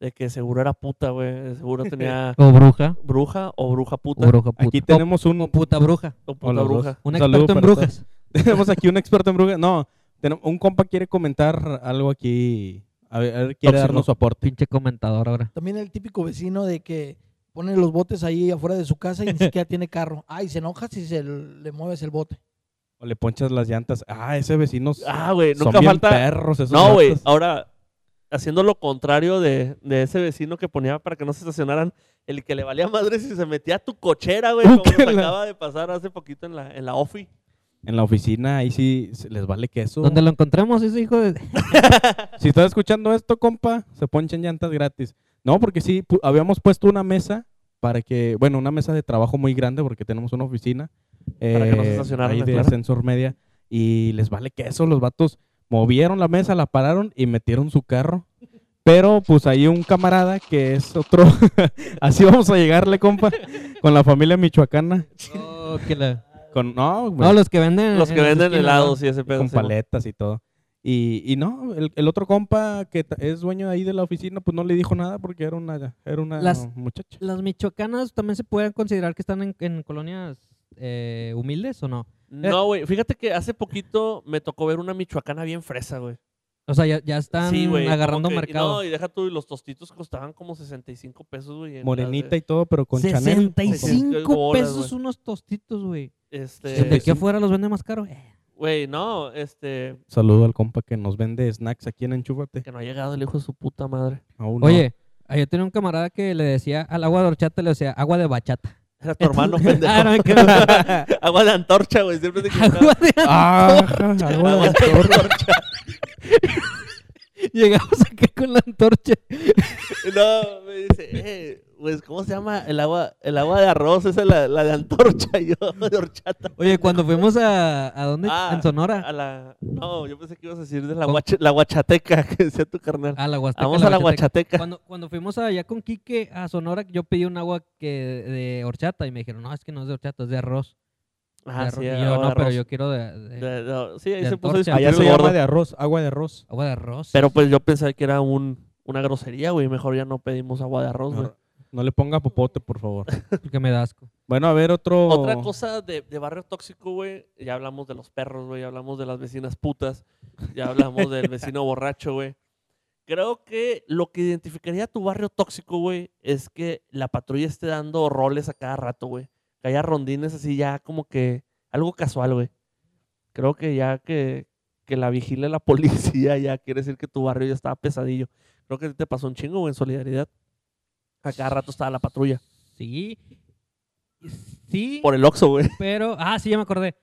De que seguro era puta, güey. de
[laughs]
Seguro tenía
O bruja.
bruja o bruja puta.
O bruja puta.
Aquí tenemos un,
O puta bruja.
o
o
puta
los dos.
bruja.
Un
Un saludo
experto en
para
brujas.
[laughs] tenemos aquí un experto en brujas. No, tenem- un compa quiere comentar algo aquí. A ver, a ver, quiere
Tóxico.
darnos su aporte.
Pinche comentador ahora.
También el típico vecino de que pone los botes ahí afuera de su casa y ni siquiera tiene carro. Ay, se enoja si se le mueves el bote.
O le ponchas las llantas. Ah, ese vecino.
Ah, güey,
son
nunca
bien
falta.
perros esos
no, güey. oh.
vatos.
Ahora, haciendo lo contrario de, de ese vecino que ponía para que no se estacionaran, el que le valía madre si se metía a tu cochera, güey, como nos
Úcala.
acaba de pasar hace poquito en la, en la OFI.
En la oficina, ahí sí se- les vale queso.
Donde lo encontremos, ese hijo de.
Si estás escuchando esto, compa, se ponchan llantas gratis. No, porque sí, pu- habíamos puesto una mesa para que, bueno, una mesa de trabajo muy grande porque tenemos una oficina.
Para que no se
eh,
estacionaran,
ahí de
claro.
Sensor Media. Y les vale queso, los vatos movieron la mesa, la pararon y metieron su carro. Pero pues ahí un camarada que es otro, [laughs] así vamos a llegarle, compa, con la familia michoacana.
Oh, que la-
Con, no, güey
[laughs] No, los que venden.
Los
Mm, en
que
las
venden
esquinas,
helados y ese pedo.
con
sí, güey.
paletas y todo. Y, y no, el, el otro compa que ta- es dueño ahí de la oficina, pues no le dijo nada porque era una, era una
Las-
muchacha.
¿no? Las michoacanas también se pueden considerar que están en, en colonias eh, humildes o no.
No, güey. Fíjate que hace poquito me tocó ver una michoacana bien fresa, güey.
O sea, ya, ya están
Sí, güey. como
agarrando
que- y
mercado.
No, y deja tú, y los tostitos costaban como 65 pesos, güey. en
Morenita
las
y todo, pero con Chanel.
65
Con- con-
pesos
bolas, güey.
unos tostitos, güey.
de-
El de
Este.
aquí afuera los vende más caro. eh.
Güey, no, este.
Saludo al compa que nos vende snacks aquí en Enchúfate.
Que no ha llegado el hijo de su puta madre.
Aún no.
Oye, ah, yo tenía un camarada que le decía al agua de horchata, le decía agua de
[laughs]
bachata.
Era
[laughs]
tu hermano, pendejo.
[laughs] Ah, no, me quedo-
[laughs] Agua de antorcha, güey. Siempre te
[laughs] agua de-
[laughs]
Ah, algo de antorcha.
Llegamos acá con la antorcha.
No, Ah, me dice, eh, pues, ¿cómo se llama? El agua, el agua de arroz, esa es la, la de antorcha, [laughs] y yo, de horchata. [laughs]
Oye, cuando fuimos a. ¿A dónde?
Ah,
en Sonora.
A la, no, yo pensé que ibas a decir de la, guacha- la guachateca, [laughs] que decía tu carnal.
A Ah, pues, la Huasteca.
Vamos a
Huasteca.
la guachateca.
Cuando, cuando fuimos allá con Quique a Sonora, yo pedí un agua que de horchata y me dijeron, no, es que no es de horchata, es de arroz.
Ah,
de
sí,
arroz". Y yo,
agua de
no, pero
arroz.
yo quiero de, de-
De- no, sí, ahí
de
se puso a
antorcha.
discutir
Allá
el
se
gordo.
llama de arroz, agua de arroz.
agua de arroz.
Pero pues yo pensé que era un, una grosería, güey. Mejor ya no pedimos agua de arroz, güey.
No, no le ponga popote, por favor.
[laughs] Porque me da asco.
Bueno, a ver, otro.
Otra cosa de, de barrio tóxico, güey. Ya hablamos de los perros, güey. Ya hablamos de las vecinas putas. Ya hablamos del vecino borracho, güey. Creo que lo que identificaría tu barrio tóxico, güey, es que la patrulla esté dando roles a cada rato, güey. Que haya rondines así ya como que algo casual, güey. Creo que ya que, que la vigile la [laughs] policía ya quiere decir que tu barrio ya estaba pesadillo. Creo que te pasó un chingo, güey, en solidaridad. A cada rato estaba la patrulla.
Sí. Sí,
Por el Oxxo, güey.
pero... Ah, sí, ya me acordé.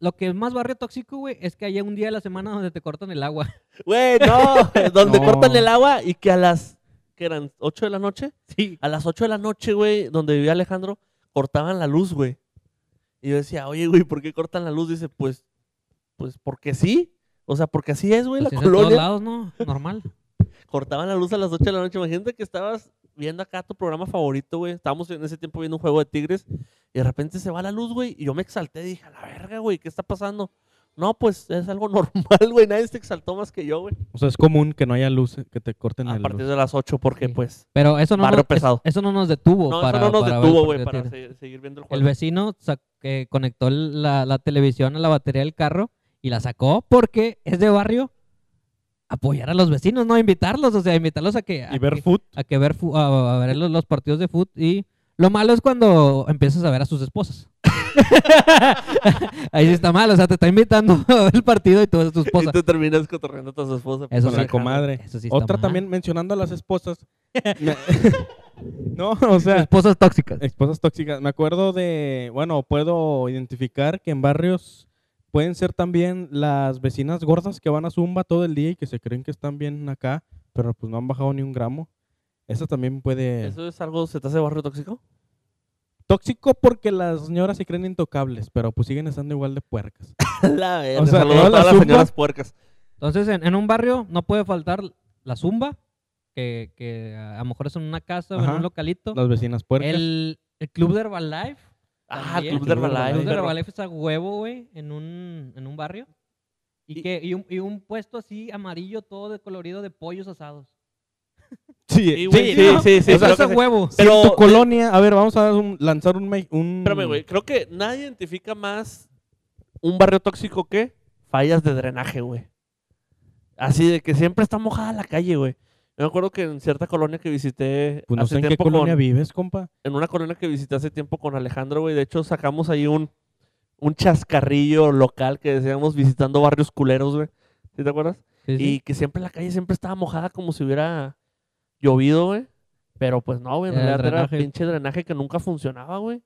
Lo que es más barrio tóxico, güey, es que haya un día de la semana donde te cortan el agua.
Güey, no, [laughs] donde
No.
cortan el agua y que a las, que eran 8 de la noche,
Sí.
a las 8 de la noche, güey, donde vivía Alejandro, cortaban la luz, güey. Y yo decía, oye, güey, ¿por qué cortan la luz? Dice, pues, pues porque sí. O sea, porque así es, güey, la
Pues es en todos
colonia.
lados, ¿no? Normal.
Cortaban la luz a las 8 de la noche. Imagínate que estabas viendo acá tu programa favorito, güey. Estábamos en ese tiempo viendo un juego de tigres y de repente se va la luz, güey. Y yo me exalté, dije, a la verga, güey, ¿qué está pasando? No, pues es algo [laughs] normal, güey. Nadie se exaltó más que yo, güey.
O sea, es común que no haya luz, que te corten
A
el
partir de las 8, porque
Sí.
pues.
Pero eso no,
Barrio
nos, es-
pesado.
Eso, no nos detuvo.
No,
para,
eso no nos
para ver
detuvo,
el
güey,
partido
para
de tiro.
se- seguir viendo el
El
juego.
vecino sa- eh, conectó el- la, la televisión a la batería del carro y la sacó porque es de barrio apoyar a los vecinos, no invitarlos, o sea, invitarlos a que a,
Y
Ah,
ver
que,
food.
a que ver fu- a, a ver los, los partidos de fútbol y lo malo es cuando empiezas a ver a sus esposas. [laughs] Ahí sí está mal, o sea, te está invitando [laughs] a ver el partido y tú ves a tu
Y
esposa.
te terminas cotorreando a tu esposa. pues.
Eso
con
sí.
la comadre.
Eso sí está
Otra
mal.
también mencionando a
[laughs]
las esposas. Me- [laughs] no, o sea,
Esposas tóxicas.
esposas tóxicas. Me acuerdo de, bueno, puedo identificar que en barrios pueden ser también las vecinas gordas que van a Zumba todo el día y que se creen que están bien acá, pero pues no han bajado ni un gramo. Eso también puede...
¿Eso es algo, se te hace barrio tóxico?
Tóxico porque las señoras se creen intocables, pero pues siguen estando igual de puercas.
la verga.
sea,
saludos
¿no?
a todas
La
las
zumba.
señoras puercas.
Entonces, en, en un barrio no puede faltar la zumba, que, que a a lo mejor es en una casa o en
Ajá.
un localito.
Las vecinas puercas.
El, el club de Herbalife.
Ah,
también.
Club de
El club de
Herbalife.
Herbalife es a huevo, güey, en un, en un barrio. Y,
Y-
que, y, un, y un puesto así amarillo, todo de colorido de pollos asados.
Sí,
Sí, güey, sí,
¿no?
sí, sí.
o sea,
creo
es a
que sí.
huevo.
Si en
Pero-
tu colonia, a ver, vamos a dar un- lanzar un, me- un-
Espérame, güey. Creo que nadie identifica más un barrio tóxico que fallas de drenaje, güey. Así de que siempre está mojada la calle, güey. Yo me acuerdo que en cierta colonia que visité
Pues no
hace
sé en qué
tiempo
colonia
con-
vives, compa.
en una colonia que visité hace tiempo con Alejandro, güey. De hecho, sacamos ahí un, un chascarrillo local que decíamos visitando barrios culeros, güey. ¿Sí te acuerdas?
Sí, sí.
Y que siempre la calle siempre estaba mojada como si hubiera llovido, güey. Pero pues no, güey, en
Era el
realidad era
drenaje.
pinche drenaje que nunca funcionaba, güey.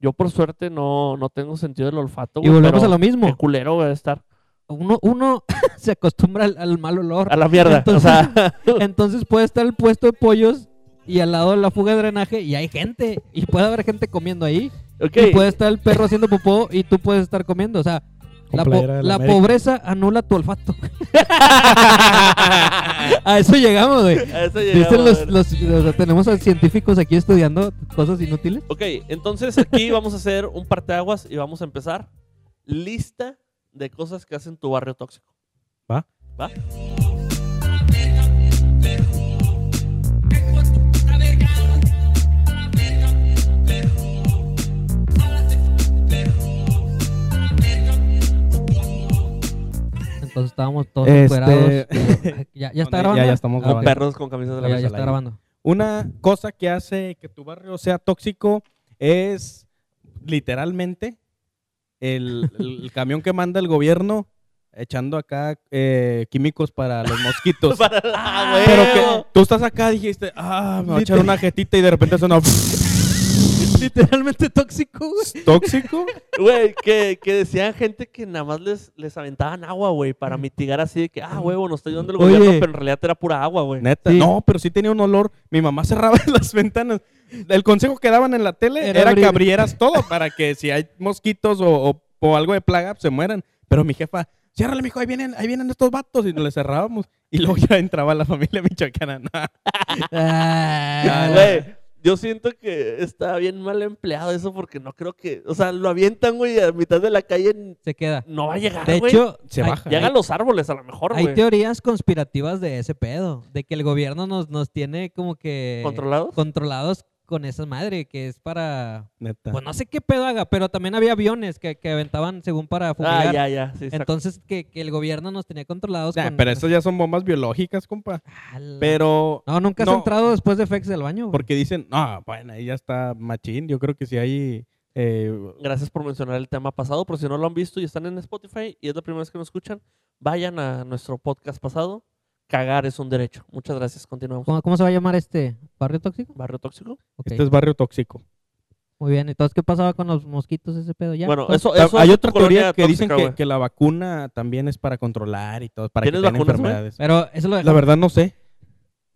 Yo por suerte no, no tengo sentido del olfato,
Y
güey,
volvemos
pero
a lo mismo.
Qué culero, güey, estar
Uno, uno [laughs] se acostumbra al, al mal olor. [laughs]
a la mierda.
Entonces-
O sea,
Entonces puede estar el puesto de pollos y al lado de la fuga de drenaje y hay gente. Y puede haber gente comiendo ahí.
[laughs] ok.
Y
[laughs]
puede estar el perro haciendo popó y tú puedes estar comiendo. O sea,
Con
la, po-
playera de la
la
América.
pobreza anula tu
[laughs]
olfato. [laughs] a eso llegamos, güey.
A eso
Dicen
llegamos,
los,
güey.
los- o sea, tenemos a científicos aquí estudiando cosas inútiles.
Ok, entonces
[laughs]
aquí vamos a hacer un parteaguas y vamos a empezar. Lista de cosas que hacen tu barrio tóxico.
Va.
Va.
Entonces estábamos todos
Este-
encuerados. Ya, ya está
Ya-
grabando.
ya estamos
Ah,
Con
ok.
grabando.
perros con camisas de la
Ya, ya
mesa.
está grabando.
Una cosa que hace que tu barrio sea tóxico es literalmente el, el camión que manda el gobierno echando acá eh, químicos para los mosquitos.
Para- ¡Ah, güey!
Pero que tú estás acá, dijiste, ah, me va a echar una jetita y de repente suena [laughs]
[laughs] Literalmente tóxico, güey.
tóxico.
Güey, que, que decían gente que nada más les, les aventaban agua, güey, para mitigar así de que, ah, huevo, nos está ayudando el
Mm. Oye.
gobierno, pero en realidad era pura agua, güey.
Neta.
Sí.
No, pero sí tenía un olor. Mi mamá cerraba [laughs] las ventanas. El consejo que daban en la tele
Era
era,
abrir.
que abrieras todo para que si hay mosquitos o, o- o algo de plaga pues, se mueran. Pero mi jefa, ciérrale, mijo, ahí vienen, ahí vienen estos vatos. Y nos le cerrábamos. Y luego ya entraba la familia [laughs] michoacana. No,
Ah,
Güey, yo siento que está bien mal empleado eso porque no creo que, o sea, lo avientan, güey, a mitad de la calle
se queda.
no va a llegar,
De
güey.
hecho,
se
hay-
baja.
Llega a los árboles a lo mejor,
Hay
güey.
teorías conspirativas de ese pedo, de que el gobierno nos, nos tiene como que
¿Controlados?
controlados con esa madre, que es para...
Neta.
Pues no sé qué pedo haga, pero también había aviones que, que aventaban según para fumigar.
Ah, ya, ya. Sí, exacto.
Entonces, que, que el gobierno nos tenía controlados
Nah,
con...
pero estas ya son bombas biológicas, compa.
Ah, la-
Pero
No, nunca has
no.
entrado después de Fex del baño. güey?
porque dicen, no, bueno, ahí ya está machín. Yo creo que si hay... eh,
Gracias por mencionar el tema pasado. Por si no lo han visto y están en Spotify y es la primera vez que nos escuchan, vayan a nuestro podcast pasado. Cagar es un derecho. Muchas gracias. Continuamos.
¿Cómo, cómo se va a llamar este? ¿Barrio tóxico?
Barrio tóxico.
Ok,
Este es barrio tóxico.
Muy bien. Entonces, ¿qué pasaba con los mosquitos ese pedo ya?
Bueno,
¿Todo?
eso, eso
hay
es
otra
tu colonia
teoría que dicen
tóxica,
que,
güey.
que la vacuna también es para controlar y todo, para que
¿Tienes
tengan
vacunas, güey?
enfermedades.
Pero eso lo
La verdad no sé.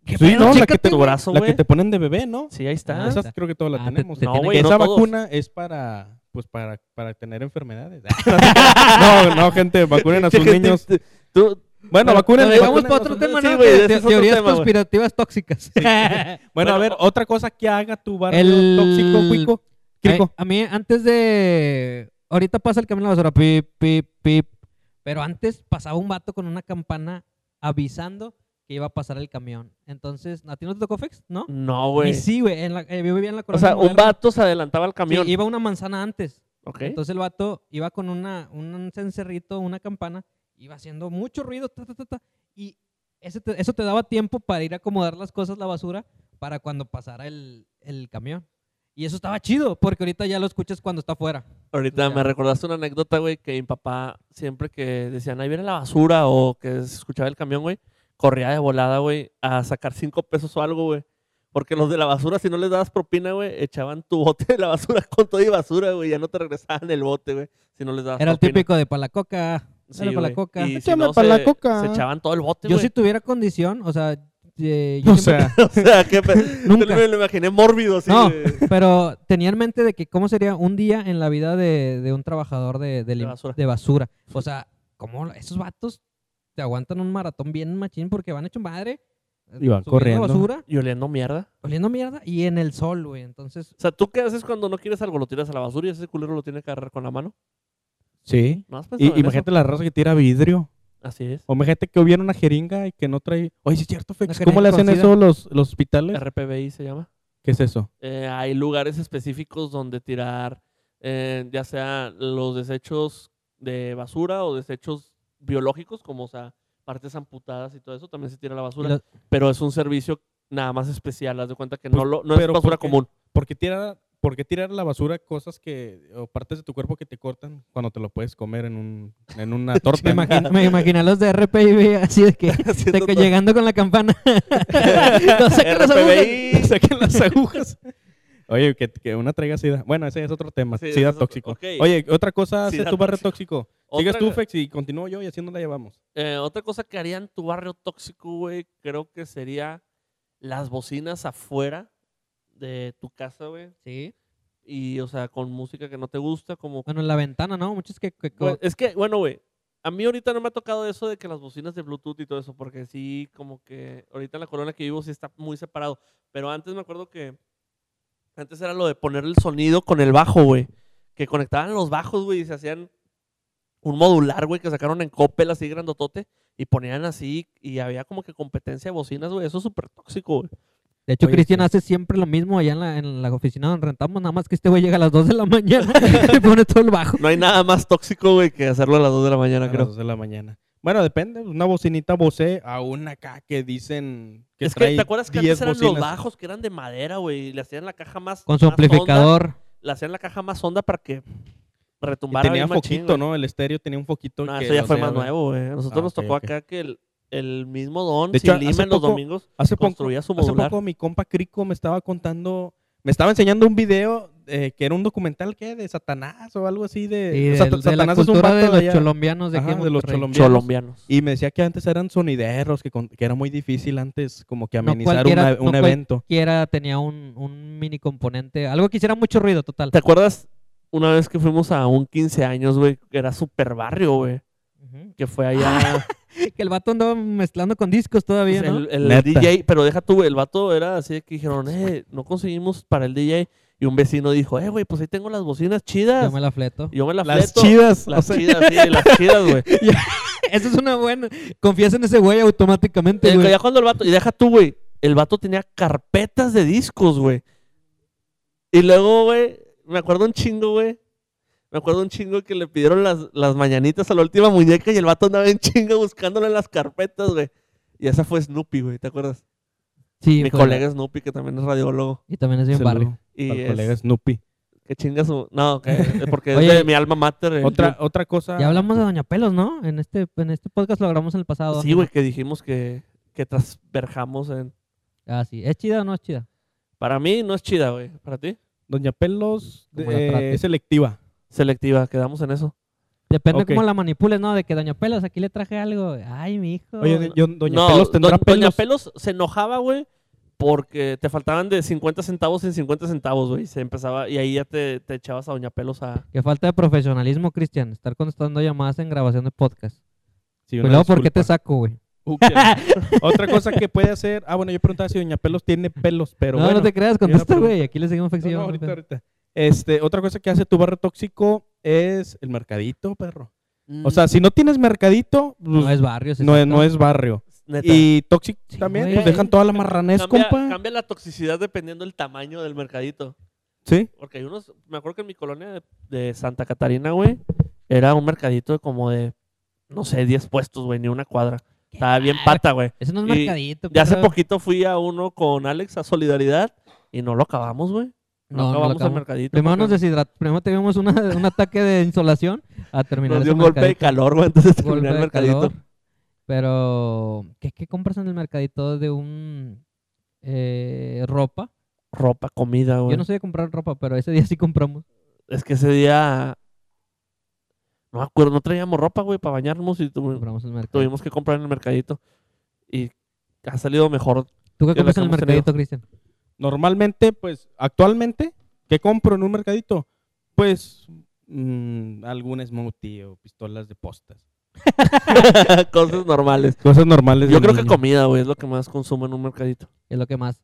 ¿Qué
Sí,
pedo?
no, la
Chécate
que, te,
tu brazo,
la
güey.
que te ponen de bebé, ¿no?
Sí, ahí está.
Ah,
[laughs]
Esas
está.
creo que todas las
Ah, te-
tenemos.
te
No,
tiene
güey,
que-
Esa
todos.
vacuna es para, pues para, para tener enfermedades. [laughs] no, no, gente, vacunen a sus
Chécate,
niños.
t- tú-
Bueno,
Pero-
vacunen.
pero Vamos
vacunen
para
a
otro
sus-
tema,
Sí,
¿no?
güey,
Te-
ese
te-
es otro
teorías
tema, güey.
conspirativas tóxicas.
Bueno, a
Bueno,
ver, otra cosa que haga tu barrio
El-
tóxico, cuico. Crico.
Eh,
[laughs]
A, a mí, antes de. Ahorita pasa el camión de la basura. Pip, pip, pip. Pero antes pasaba un vato con una campana avisando que iba a pasar el camión. Entonces, ¿a ti no te tocó Fex? ¿No?
No,
Y
güey.
sí, güey. en la- eh, yo vivía en la
Pues
colonia.
O sea, un
moderna.
vato se adelantaba al camión.
Sí, iba una manzana antes.
Ok.
Entonces el vato iba con una, un cencerrito, una campana, iba haciendo mucho ruido, ta, ta, ta, ta, y ese te- eso te daba tiempo para ir a acomodar las cosas, la basura, para cuando pasara el, el camión. Y eso estaba chido, porque ahorita ya lo escuchas cuando está afuera.
Ahorita
O sea-
me recordaste una anécdota, güey, que mi papá siempre que decían, ahí viene la basura o que se escuchaba el camión, güey, corría de volada, güey, a sacar cinco pesos o algo, güey. Porque los de la basura, si no les dabas propina, güey, echaban tu [laughs] bote de la basura con todo y basura, güey. Ya no te regresaban el bote, güey, si Ah, no les dabas
Era el
propina.
típico de palacoca.
Sí,
dale pa' la
güey.
coca.
Y si
Échame
no,
pa'
se,
la coca.
se echaban todo el bote,
Yo
güey. [laughs]
si tuviera condición, o sea, eh, yo
O
siempre-
sea,
o sea, que pe-
[laughs] Nunca.
me lo imaginé mórbido, así.
No,
de- [laughs]
pero tenía en mente de que cómo sería un día en la vida de, de un trabajador de, de lim-
basura.
de basura. O sea, cómo esos vatos te aguantan un maratón bien machín porque van hecho madre. eh,
Y van
subiendo
corriendo.
basura,
Y oliendo mierda.
oliendo mierda y en el sol, güey. Entonces,
O sea, ¿tú qué haces cuando no quieres algo? Lo tiras a la basura y ese culero lo tiene que agarrar con la mano.
sí.
¿No has
Y,
pensado en eso?
imagínate la raza que tira vidrio.
Así es.
O imagínate que hubiera una jeringa y que no trae. Oye, sí es cierto, Fex.
Una
¿Cómo le hacen
jeringa
eso los, los hospitales?
RPBI se llama.
¿Qué es eso?
Eh, hay lugares específicos donde tirar, eh, ya sea los desechos de basura o desechos biológicos, como o sea, partes amputadas y todo eso, también se tira a la basura.
lo-
Pero es un servicio nada más especial, haz de cuenta que
Pues,
no, lo, no es
pero
basura
¿por qué?
común.
Porque tira, ¿Por qué tirar a la basura cosas que, o partes de tu cuerpo que te cortan cuando te lo puedes comer en, un, en
[laughs]
una torta?
Me
[laughs]
imagino, me imagino a los de RPIB así de que, de
Haciendo
que
todo.
llegando con la campana. no saquen las agujas.
RPBI.
[laughs] Saquen las agujas. Oye, que, que una traiga sida. Bueno, ese es otro tema.
Sí, ese
sida
es otro-
tóxico.
ok.
Oye, otra cosa hace
Sida
tu barrio tóxico. Sigues
Otra-
tú, Fex, y continúo yo y así nos la llevamos.
Eh, otra cosa que haría en tu barrio tóxico, güey, creo que sería las bocinas afuera de tu casa, güey.
Sí.
Y, o sea, con música que no te gusta, como...
Bueno, en la ventana, ¿no? Muchos que... que-
Güey, es que, bueno, güey, a mí ahorita no me ha tocado eso de que las bocinas de Bluetooth y todo eso, porque sí, como que ahorita en la colonia que vivo sí está muy separado. Pero antes me acuerdo que... Antes era lo de poner el sonido con el bajo, güey. Que conectaban los bajos, güey, y se hacían un modular, güey, que sacaron en Coppel así grandotote y ponían así y había como que competencia de bocinas, güey. Eso es súper tóxico, güey.
De hecho,
Oye,
Cristian hace siempre lo mismo allá en la, en la oficina donde rentamos, nada más que este güey llega a las 2 de la [laughs] mañana y pone todo el bajo.
No hay nada más tóxico, güey, que hacerlo a las 2 de la mañana,
a Ah, las
creo.
dos de la mañana. Bueno, depende. Una bocinita Bose a una acá que dicen que
es que,
trae
¿te acuerdas que
10
antes eran los
bocinas?
bajos que eran de madera, güey? Y le hacían la caja más.
Con su
más honda,
amplificador.
le hacían la caja más honda para que
Y
retumbara.
tenía
bien machín,
foquito,
güey.
¿no? El estéreo tenía un foquito.
No,
que
eso ya
lo
fue
hacía,
más
güey.
nuevo, güey. A Nosotros
Ah,
nos
ok,
tocó
ok.
acá que el, el mismo Don,
De
sin
hecho, hace
Lima en los
poco-
domingos,
Hace poco,
construía su
hace
modular.
poco mi compa Crico me estaba contando, me estaba enseñando un video eh, que era un documental que de Satanás o algo así de,
Y de,
Sat-
de la cultura
vato
de los
allá.
cholombianos de, aquí
Ajá,
en
de los
Monterrey.
cholombianos.
Cholombianos.
Y me decía que antes eran sonideros, que, con- que era muy difícil antes como que
No
amenizar
cualquiera-
una-
no
un
cual-
evento.
Quiera tenía un, un mini componente, algo que hiciera mucho ruido, total.
¿Te acuerdas una vez que fuimos a un 15 años, güey? Que era super barrio, güey.
Ujú.
Que fue allá.
Ah,
[laughs]
Que el vato andaba mezclando con discos todavía,
Pues
¿no?
el, el
Neta.
DJ, pero deja tú, güey, el vato era así de que dijeron, eh, no conseguimos para el DJ. Y un vecino dijo, eh, güey, pues ahí tengo las bocinas chidas.
Yo me la fleto.
Y Yo me la
Las
fleto.
chidas.
Las chidas, sí, las chidas,
[laughs]
güey.
[laughs] Eso es una buena. Confías en ese güey automáticamente,
Eh,
güey.
Ya cuando el vato, y deja tú, güey, el vato tenía carpetas de discos, güey. Y luego, güey, me acuerdo un chingo, güey. Me acuerdo un chingo que le pidieron las, las mañanitas a la última muñeca y el vato andaba en chingo buscándolo en las carpetas, güey. Y esa fue Snoopy, güey, ¿te acuerdas?
Sí,
Mi
fue-
colega Snoopy, que también es radiólogo.
Y también es bien barrio.
Y
Al
es-
colega Snoopy.
que chinga su. No,
[laughs]
que, porque
Oye,
es de mi alma mater. eh. el
Otra, otra cosa.
Ya hablamos de Doña Pelos, ¿no? En este, en este podcast lo grabamos en el pasado.
club. Sí, güey, que dijimos que, que transverjamos en.
Ah, sí. ¿Es chida o no es chida?
Para mí no es chida, güey. Para ti.
Doña Pelos
Como la
eh,
trate.
es selectiva.
Selectiva, quedamos en eso.
Depende
Ok.
cómo la manipules, ¿no? De que Doña Pelos, aquí le traje algo. Ay, mi hijo.
Oye, de- yo- Doña
No,
Pelos tendrá
Doña-
pelos.
Doña Pelos se enojaba, güey, porque te faltaban de 50 centavos en 50 centavos, güey. Se empezaba. Y ahí ya te, te echabas a Doña Pelos a.
Qué falta de profesionalismo, Cristian. Estar contestando llamadas en grabación de podcast.
Sí, una
Pero luego, ¿por qué te
disculpa.
saco, güey?
Uh, que- [laughs] otra cosa que puede hacer. Ah, bueno, yo preguntaba si Doña Pelos tiene pelos, pero
No,
bueno.
no te creas,
una
contesta,
pregunta.
güey. Aquí le seguimos
No, no,
flexible.
ahorita, ahorita. Este, otra cosa que hace tu barrio tóxico es el mercadito, perro. O sea, si no tienes mercadito, pues,
No es barrio, sí,
no, es,
exacto.
no es barrio.
Mm, Neta.
Y tóxico
Sí,
también,
güey.
pues dejan toda la marranés,
Cambia,
compa.
cambia la toxicidad dependiendo del tamaño del mercadito.
Sí.
Porque hay unos, me acuerdo que en mi colonia de, de Santa Catarina, güey, era un mercadito de como de, no sé, 10 puestos, güey, ni una cuadra. Estaba bien pata, güey.
Ese no es
Y
mercadito.
De hace
perro.
poquito fui a uno con Alex a Solidaridad y no lo acabamos, güey.
No, no
No,
lo
acabamos el
acabamos.
mercadito.
Primero nos
porque
deshidratamos. Primero tuvimos una- [laughs] un ataque de insolación a terminar
nos dio
ese
un golpe de
mercadito.
calor, güey, entonces terminé
Golpe
el
de
mercadito.
calor. Pero, ¿qué, ¿qué compras en el mercadito de un eh, ropa?
Ropa, comida, güey.
Yo no soy de comprar ropa, pero ese día sí compramos.
Es que ese día, no me acuerdo, no traíamos ropa, güey, para bañarnos y tu-
Compramos en el mercado.
tuvimos que comprar en el mercadito. Y ha
[laughs]
salido mejor [laughs]
¿Tú
la
qué compras
que
en el
hemos
mercadito, Cristian?
Normalmente, pues, actualmente, ¿qué compro en un mercadito? Pues, mm, algún smoothie o pistolas de postas.
cosas normales.
Cosas normales.
Yo
de
creo que
niño.
comida, güey, es lo que más consumo en un mercadito.
Es lo que más.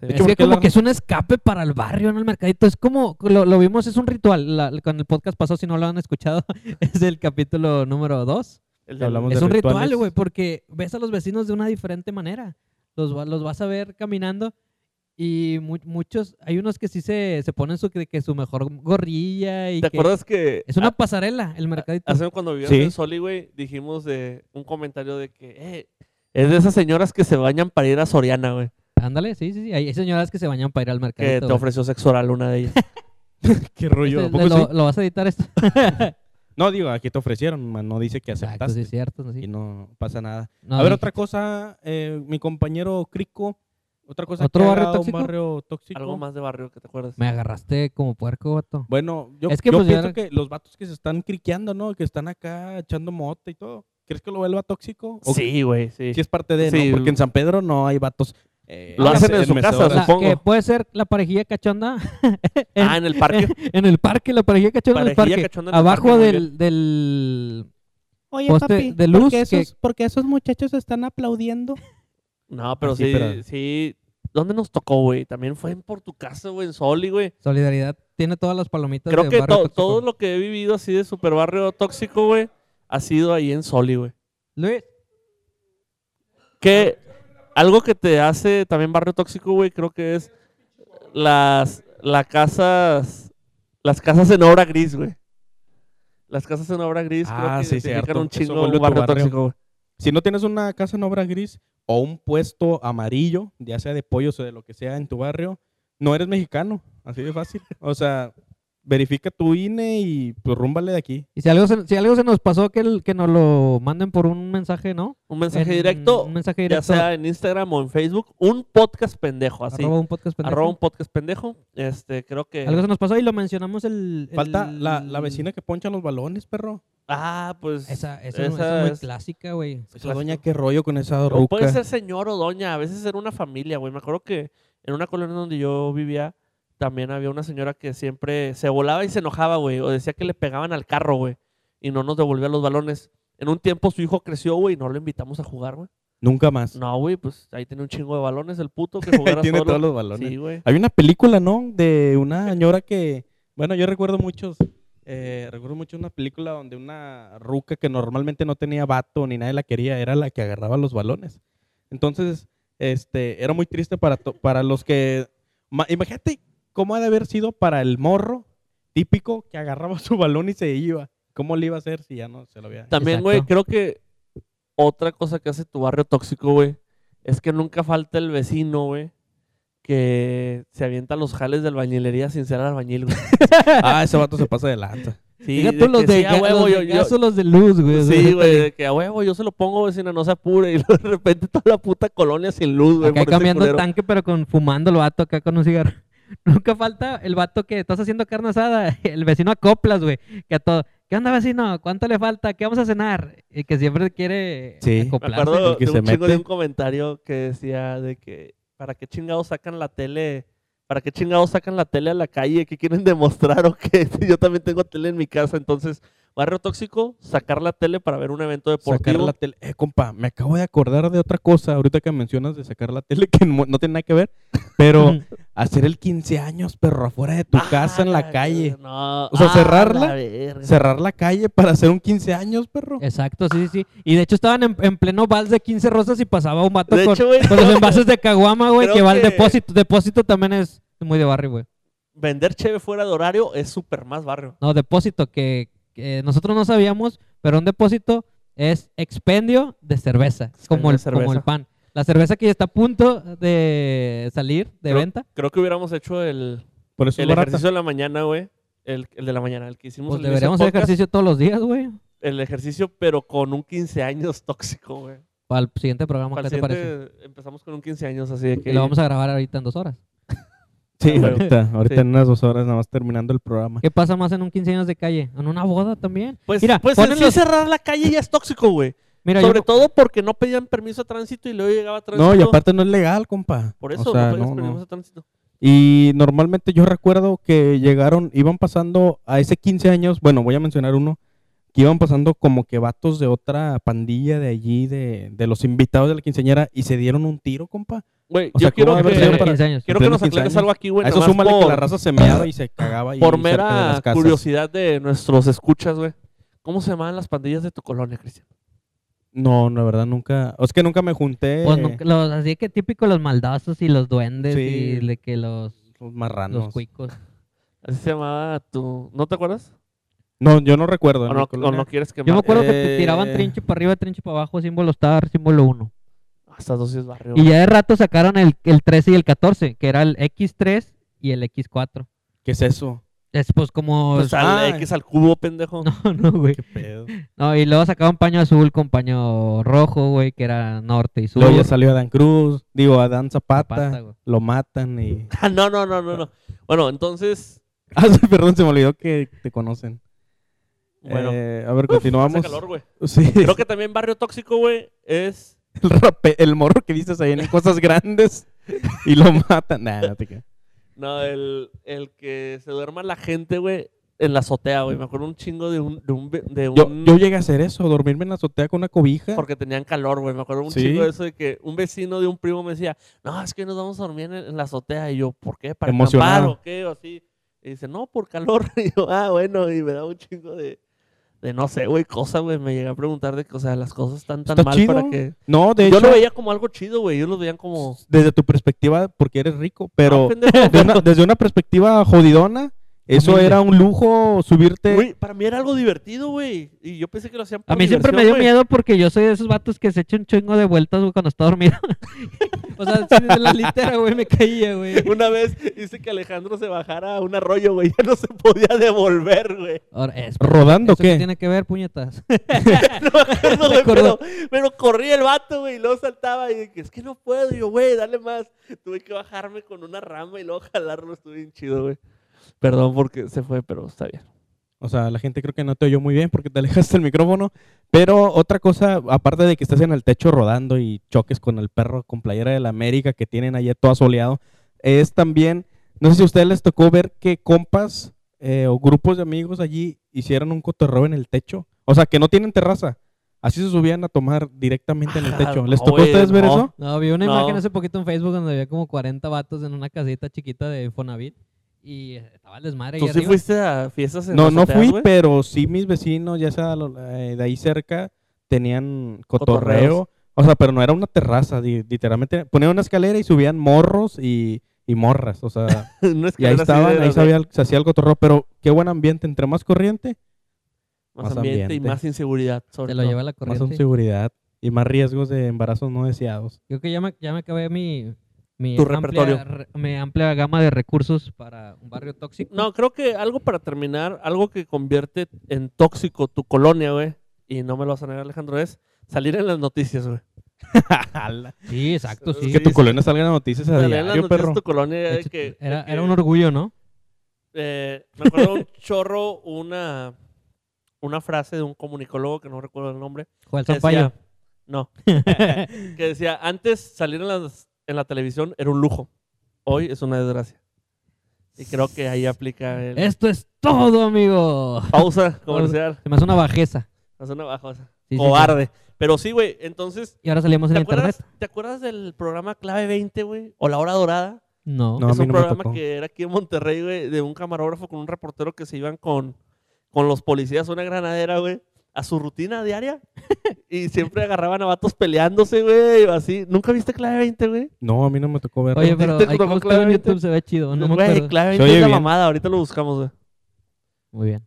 Sí.
De
Es
hecho,
que
porque
como
la-
que es un escape para el barrio, ¿no? El mercadito es como, lo, lo vimos, es un ritual. La- con el podcast pasado, si no lo han escuchado, [laughs] es el capítulo número 2.
El
que
del-
hablamos
Es
de
un ritual,
rituales.
güey, porque ves a los vecinos de una diferente manera. Los, va- los vas a ver caminando y mu- muchos, hay unos que sí se, se ponen su, que, que su mejor gorrilla y
¿Te
que-
acuerdas que
Es
Ah,
una
ha-
pasarela el mercadito.
hace cuando vivíamos
Sí.
en Soli, güey, dijimos de un comentario de que eh, es de esas señoras que se bañan para ir a Soriana, güey.
Ándale, sí, sí, sí. Hay hay señoras que se bañan para ir al mercado.
Que te ofreció sexo oral
[laughs]
una de ellas.
Qué rollo. ¿a poco
Este, lo,
sí?
lo vas a editar esto? [laughs]
No, digo, aquí te ofrecieron, man, no dice que
Exacto,
aceptaste.
sí, es cierto. sí.
Y no pasa nada.
No,
a ver,
dije-
otra cosa, eh, mi compañero Crico, otra cosa
¿Otro
que
barrio
haga un
tóxico?
barrio tóxico.
Algo más de barrio que te acuerdas.
Me agarraste como puerco, vato.
Bueno, yo,
Es que,
yo
pues, ya
pienso
era-
que los vatos que se están criqueando, ¿no? Que están acá echando mota y todo. ¿Crees que lo vuelva tóxico? ¿O
Sí, güey, sí.
Si es parte de, ¿no?
Sí.
Porque en San Pedro no hay vatos. eh,
Lo hacen en su
mecedoras.
casa,
O sea,
supongo.
que puede ser la parejilla cachonda [laughs] en-
Ah, en el
[laughs]
parque.
en el parque, la parejilla cachonda en el
Parejilla
parque.
cachonda en el
Abajo
parque, muy
del, del...
Oye,
poste
papi,
de luz
porque
que-
esos, porque esos muchachos están aplaudiendo.
No, pero
Así,
sí,
pero-
sí. ¿Dónde nos tocó, güey? También fue en por tu casa, güey, en Soli, güey.
Solidaridad tiene todas las palomitas
Creo
de
que
barrio
to-
tóxico.
todo lo que he vivido así de super barrio tóxico, güey, ha sido ahí en Soli, güey.
Luis,
Que algo que te hace también barrio tóxico, güey, creo que es las, las casas, las casas en obra gris, güey. Las casas en obra gris
Ah,
creo que
sí,
identifican
cierto.
un
Eso
chingo
vuelve
un
tu
barrio,
barrio.
tóxico, güey.
Si no tienes una casa en obra gris o un puesto amarillo, ya sea de pollos o de lo que sea en tu barrio, no eres mexicano. Así de fácil. O sea, verifica tu INE y pues rúmbale de aquí.
y si algo se, si algo se nos pasó, que, el- que nos lo manden por un mensaje, ¿no?
Un mensaje
En-
directo,
Un mensaje
ya
directo.
sea en Instagram o en Facebook, un podcast pendejo, así.
arroba un podcast pendejo.
Arroba un podcast pendejo. Este, creo que.
Algo se nos pasó y lo mencionamos el...
Falta
el-
la, la vecina que poncha los balones, perro.
Ah, pues.
Esa, esa,
Esa
no- esa es muy
es-
clásica, güey.
es
Esa
clásico.
doña, qué rollo con esa
O puede
ruca.
ser señor o doña, a veces era una familia, güey. Me acuerdo que en una colonia donde yo vivía también había una señora que siempre se volaba y se enojaba, güey. O decía que le pegaban al carro, güey. Y no nos devolvía los balones. En un tiempo su hijo creció, güey, y no lo invitamos a jugar, güey.
Nunca más.
No, güey, pues ahí tiene un chingo de balones el puto
[laughs]
que jugara
Tiene
solo.
todos los balones.
Sí, güey.
Hay una película, ¿no? De una señora que, bueno, yo recuerdo muchos, eh, recuerdo mucho una película donde una ruca que normalmente no tenía vato ni nadie la quería, era la que agarraba los balones. Entonces, este, era muy triste para, to- para los que, ma- imagínate cómo ha de haber sido para el morro típico que agarraba [laughs] su balón y se iba. ¿Cómo le iba a hacer si ya no se lo había?
También,
Exacto.
güey, creo que otra cosa que hace tu barrio tóxico, güey, es que nunca falta el vecino, güey, que se avienta los jales de albañilería sin ser albañil, güey.
Ah, ese vato [laughs] se pasa de lanza.
Sí,
Diga tú los
que
de,
sí, a
ga-
huevo,
los
yo-
de
yo-
gaso, los de luz, güey. o sea,
Sí, güey, de que a huevo, yo se lo pongo, vecina, no se apure. [laughs] Y luego de repente toda la puta colonia sin luz, güey.
Acá
por ese
cambiando el
culero.
tanque, pero con fumando el vato acá con un cigarro. [laughs] Nunca falta el vato que estás haciendo carne asada, [laughs] el vecino a coplas, güey, que a todo, ¿qué onda vecino? ¿Cuánto le falta? ¿Qué vamos a cenar? Y que siempre quiere
Sí, me
Me
acoplarse.
acuerdo
el que
de
se
un chingo de
mete.
un comentario que decía de que para qué chingados sacan la tele, para qué chingados sacan la tele a la calle, que quieren demostrar o que [laughs] yo también tengo tele en mi casa, entonces barrio tóxico, sacar la tele para ver un evento
Sacar
deportivo.
la tele. Eh, compa, me acabo de acordar de otra cosa ahorita que mencionas de sacar la tele [laughs] que no, no tiene nada que ver, pero hacer el 15 años, perro, afuera de tu
Ah,
casa, en la
verga,
calle.
no.
O sea,
Ah,
cerrarla,
la verga.
Cerrar la calle para hacer un 15 años, perro.
Exacto, sí, sí, sí. Y de hecho estaban en, en pleno vals de 15 rosas y pasaba un vato
De
con,
hecho, güey,
con
[laughs]
los envases de caguama, güey,
creo
que va al
que-
depósito. Depósito también es muy de barrio, güey.
vender cheve fuera de horario es súper más barrio.
No, depósito, que, que nosotros no sabíamos, pero un depósito es expendio de cerveza, como, el,
cerveza.
como el pan. La cerveza que ya está a punto de salir de
Creo-
venta,
Creo que hubiéramos hecho el,
Por eso es
el
barata.
ejercicio de la mañana, güey. El, el de la mañana, el que hicimos
pues
al inicio del
deberíamos hacer
podcast,
ejercicio todos los días, güey.
El ejercicio, pero con un 15 años [laughs] tóxico, güey.
Para el siguiente programa,
Al
¿qué te parece?
siguiente empezamos con un 15 años, así de que.
Y lo vamos a grabar ahorita en dos horas.
Sí,
Ah, güey.
ahorita, ahorita
Sí.
en unas dos horas nada más terminando el programa.
¿Qué pasa más en un 15 años de calle? ¿En una boda también?
Pues,
Mira,
pues
ponen
en sí
los-
cerrar la calle ya es tóxico, güey.
[laughs] Mira, yo
Sobre
no-
todo porque no pedían permiso a tránsito y luego llegaba tránsito.
No, y aparte no es legal, compa.
Por
O
eso
sea,
no pedías
no, no.
permiso a tránsito.
Y normalmente yo recuerdo que llegaron, iban pasando a ese 15 años, bueno, voy a mencionar uno, que iban pasando como que vatos de otra pandilla de allí, de, de los invitados de la quinceañera, y se dieron un tiro, compa.
Güey,
O
yo
sea, ¿cómo
quiero
va
que,
a haber
en
sido
quiero
para-
que
15 años.
de los
nos
15
aclares
años.
algo aquí, güey.
a eso
nada más
súmale que
por-
la raza se meaba y se cagaba ahí
Por
cerca de
mera
las casas.
curiosidad de nuestros escuchas, güey. ¿Cómo se llamaban las pandillas de tu colonia, Cristian?
No, no, la verdad nunca, o es que nunca me junté
pues nunca- los- así que típico los maldazos y los duendes
Sí.
y de que los,
los
los
marranos.
cuicos.
Así se llamaba tu. ¿No te acuerdas?
No, yo no recuerdo.
¿O
en mi
no, o
colonia.
no quieres que
Yo me acuerdo que te
Eh,
tiraban trinche para arriba, trinche para abajo, símbolo star, símbolo 1.
Ah, estas dos sí es barrio.
Y ya de rato sacaron el, el 13 y el 14, que era el X3 y el X4.
¿Qué es eso?
Es pues como...
Pues al
ah.
X al cubo, pendejo.
[laughs] No, no, güey. No, y luego sacaron paño azul con paño rojo, güey, que era norte y sur.
Luego ya salió Adán Cruz, digo, Adán Zapata,
Zapata, güey.
lo matan y... [laughs]
Ah, [laughs] no, no, no, no, no. Bueno, entonces,
Ah, sí, perdón, se me olvidó que te conocen.
bueno,
Eh, a ver, continuamos.
hace calor, güey.
[laughs] Sí,
Creo que también barrio tóxico, güey, es
el, rape- el morro que viste ahí en cosas grandes y lo matan. Nah, no te creas.
No, el, el que se duerma la gente, güey, en la azotea, güey. Me acuerdo un chingo de un... De un, ve- de
Yo,
un-
yo llegué a hacer eso, dormirme en la azotea con una cobija.
Mm. Porque tenían calor, güey. Me acuerdo un
Sí.
chingo de eso de que un vecino de un primo me decía, no, es que nos vamos a dormir en, en la azotea. Y yo, ¿por qué? ¿Para acampar
Emocionado.
o qué? O así. Y dice, no, por calor. [laughs] Y yo, ah, bueno. Y me da un chingo de... De no sé, güey, cosa, güey. Me llegué a preguntar de que, o sea, las cosas están tan
Está
mal
chido.
para que...
No, de
Yo
hecho,
lo veía como algo chido, güey. Ellos lo veían como...
desde tu perspectiva, porque eres rico, pero
"Ah, pendejo".
de una- desde una perspectiva jodidona, eso
Humilde.
era un lujo subirte.
Güey, para mí era algo divertido, güey. Y yo pensé que lo hacían por
A mí siempre me dio
diversión, güey.
miedo porque yo soy de esos vatos que se echa un chingo de vueltas, güey, cuando está dormido. [laughs] o sea, si de la litera, güey, me caía, güey.
[laughs] [laughs] Una vez hice que Alejandro se bajara a un arroyo, güey. [laughs] Ya no se podía devolver, güey.
Ahora, es-
¿Rodando
¿eso qué
qué?
tiene que ver, puñetas?
No me acuerdo, güey,
acuerdo.
pero, pero corría el vato, güey, y luego saltaba y que es que no puedo. Y yo, güey, dale más. Tuve que bajarme con una rama y luego jalarlo. Estuve bien chido, güey. Perdón porque se fue, pero está bien.
O sea, la gente creo que no te oyó muy bien porque te alejaste el micrófono. Pero otra cosa, aparte de que estás en el techo rodando y choques con el perro con playera de la América que tienen allá todo soleado, es también, no sé si a ustedes les tocó ver que compas eh, o grupos de amigos allí hicieron un cotorreo en el techo. O sea, que no tienen terraza. Así se subían a tomar directamente en el
Ah,
techo. ¿Les
no,
tocó a
güey,
ustedes ver
no.
eso?
No, vi una
No.
imagen hace poquito en Facebook donde había como 40 vatos en una casita chiquita de Infonavit y eh, estaba el desmadre.
¿Tú
ahí
sí
arriba.
fuiste a fiestas en
No, no
azoteas,
fui,
güey?
pero sí mis vecinos, ya sea lo- eh, de ahí cerca, tenían cotorreo.
Cotorreos.
O sea, pero no era una terraza, di- literalmente. Ponían una escalera y subían morros y, y morras.
[laughs]
O sea,
Una
y
escalera
ahí
así de
estaban, ahí
las
se,
de
había- se hacía el cotorreo. Pero qué buen ambiente, entre más corriente,
Más
más
ambiente y
ambiente.
más inseguridad. sobre
Te lo
todo.
lleva la
más
corriente.
seguridad y más riesgos de embarazos no
[laughs]
deseados.
Creo que ya me, ya me acabé mi, mi,
Tu
amplia,
repertorio.
re- mi amplia gama de recursos para un barrio tóxico.
No, creo que algo para terminar, algo que convierte en tóxico tu colonia, güey, y no me lo vas a negar, Alejandro, es salir en las noticias, güey.
Sí, exacto, sí.
que tu
sí.
colonia salga en las noticias a
Salir en las
diario,
noticias
perro.
tu colonia
De
de
hecho,
que,
era,
de
era
que,
un orgullo, ¿no?
eh, me acuerdo un chorro, una, una frase de un comunicólogo que no recuerdo el nombre.
Joel
que
Sampaio.
decía- no. que decía, antes salir en, las- en la televisión era un lujo, hoy es una desgracia. Y creo que ahí aplica
[laughs]
el...
Esto es todo, amigo. [laughs]
Pausa comercial.
Se me hace una bajeza.
Haz una bajosa.
Sí, sí, sí.
Cobarde. Pero sí, güey, entonces...
Y ahora salimos en
¿Te
internet.
acuerdas, ¿Te acuerdas del programa Clave 20, güey? O La Hora Dorada.
No.
No, a
es
mí
un
no me
programa
tocó.
que era aquí en Monterrey, güey, de un camarógrafo con un reportero que se iban con, con los policías a una granadera, güey, a su rutina diaria. [laughs] y siempre agarraban a vatos peleándose, güey, o así. ¿Nunca viste Clave 20, güey?
No, a mí no me tocó ver.
Oye, pero
[laughs] ¿Te
ahí como buscarlo
acuerdas
en
claramente?
YouTube se ve chido. No me
Güey,
acuerdo.
Clave
Se
20
oye
es la
bien.
mamada, ahorita lo buscamos, güey.
Muy bien.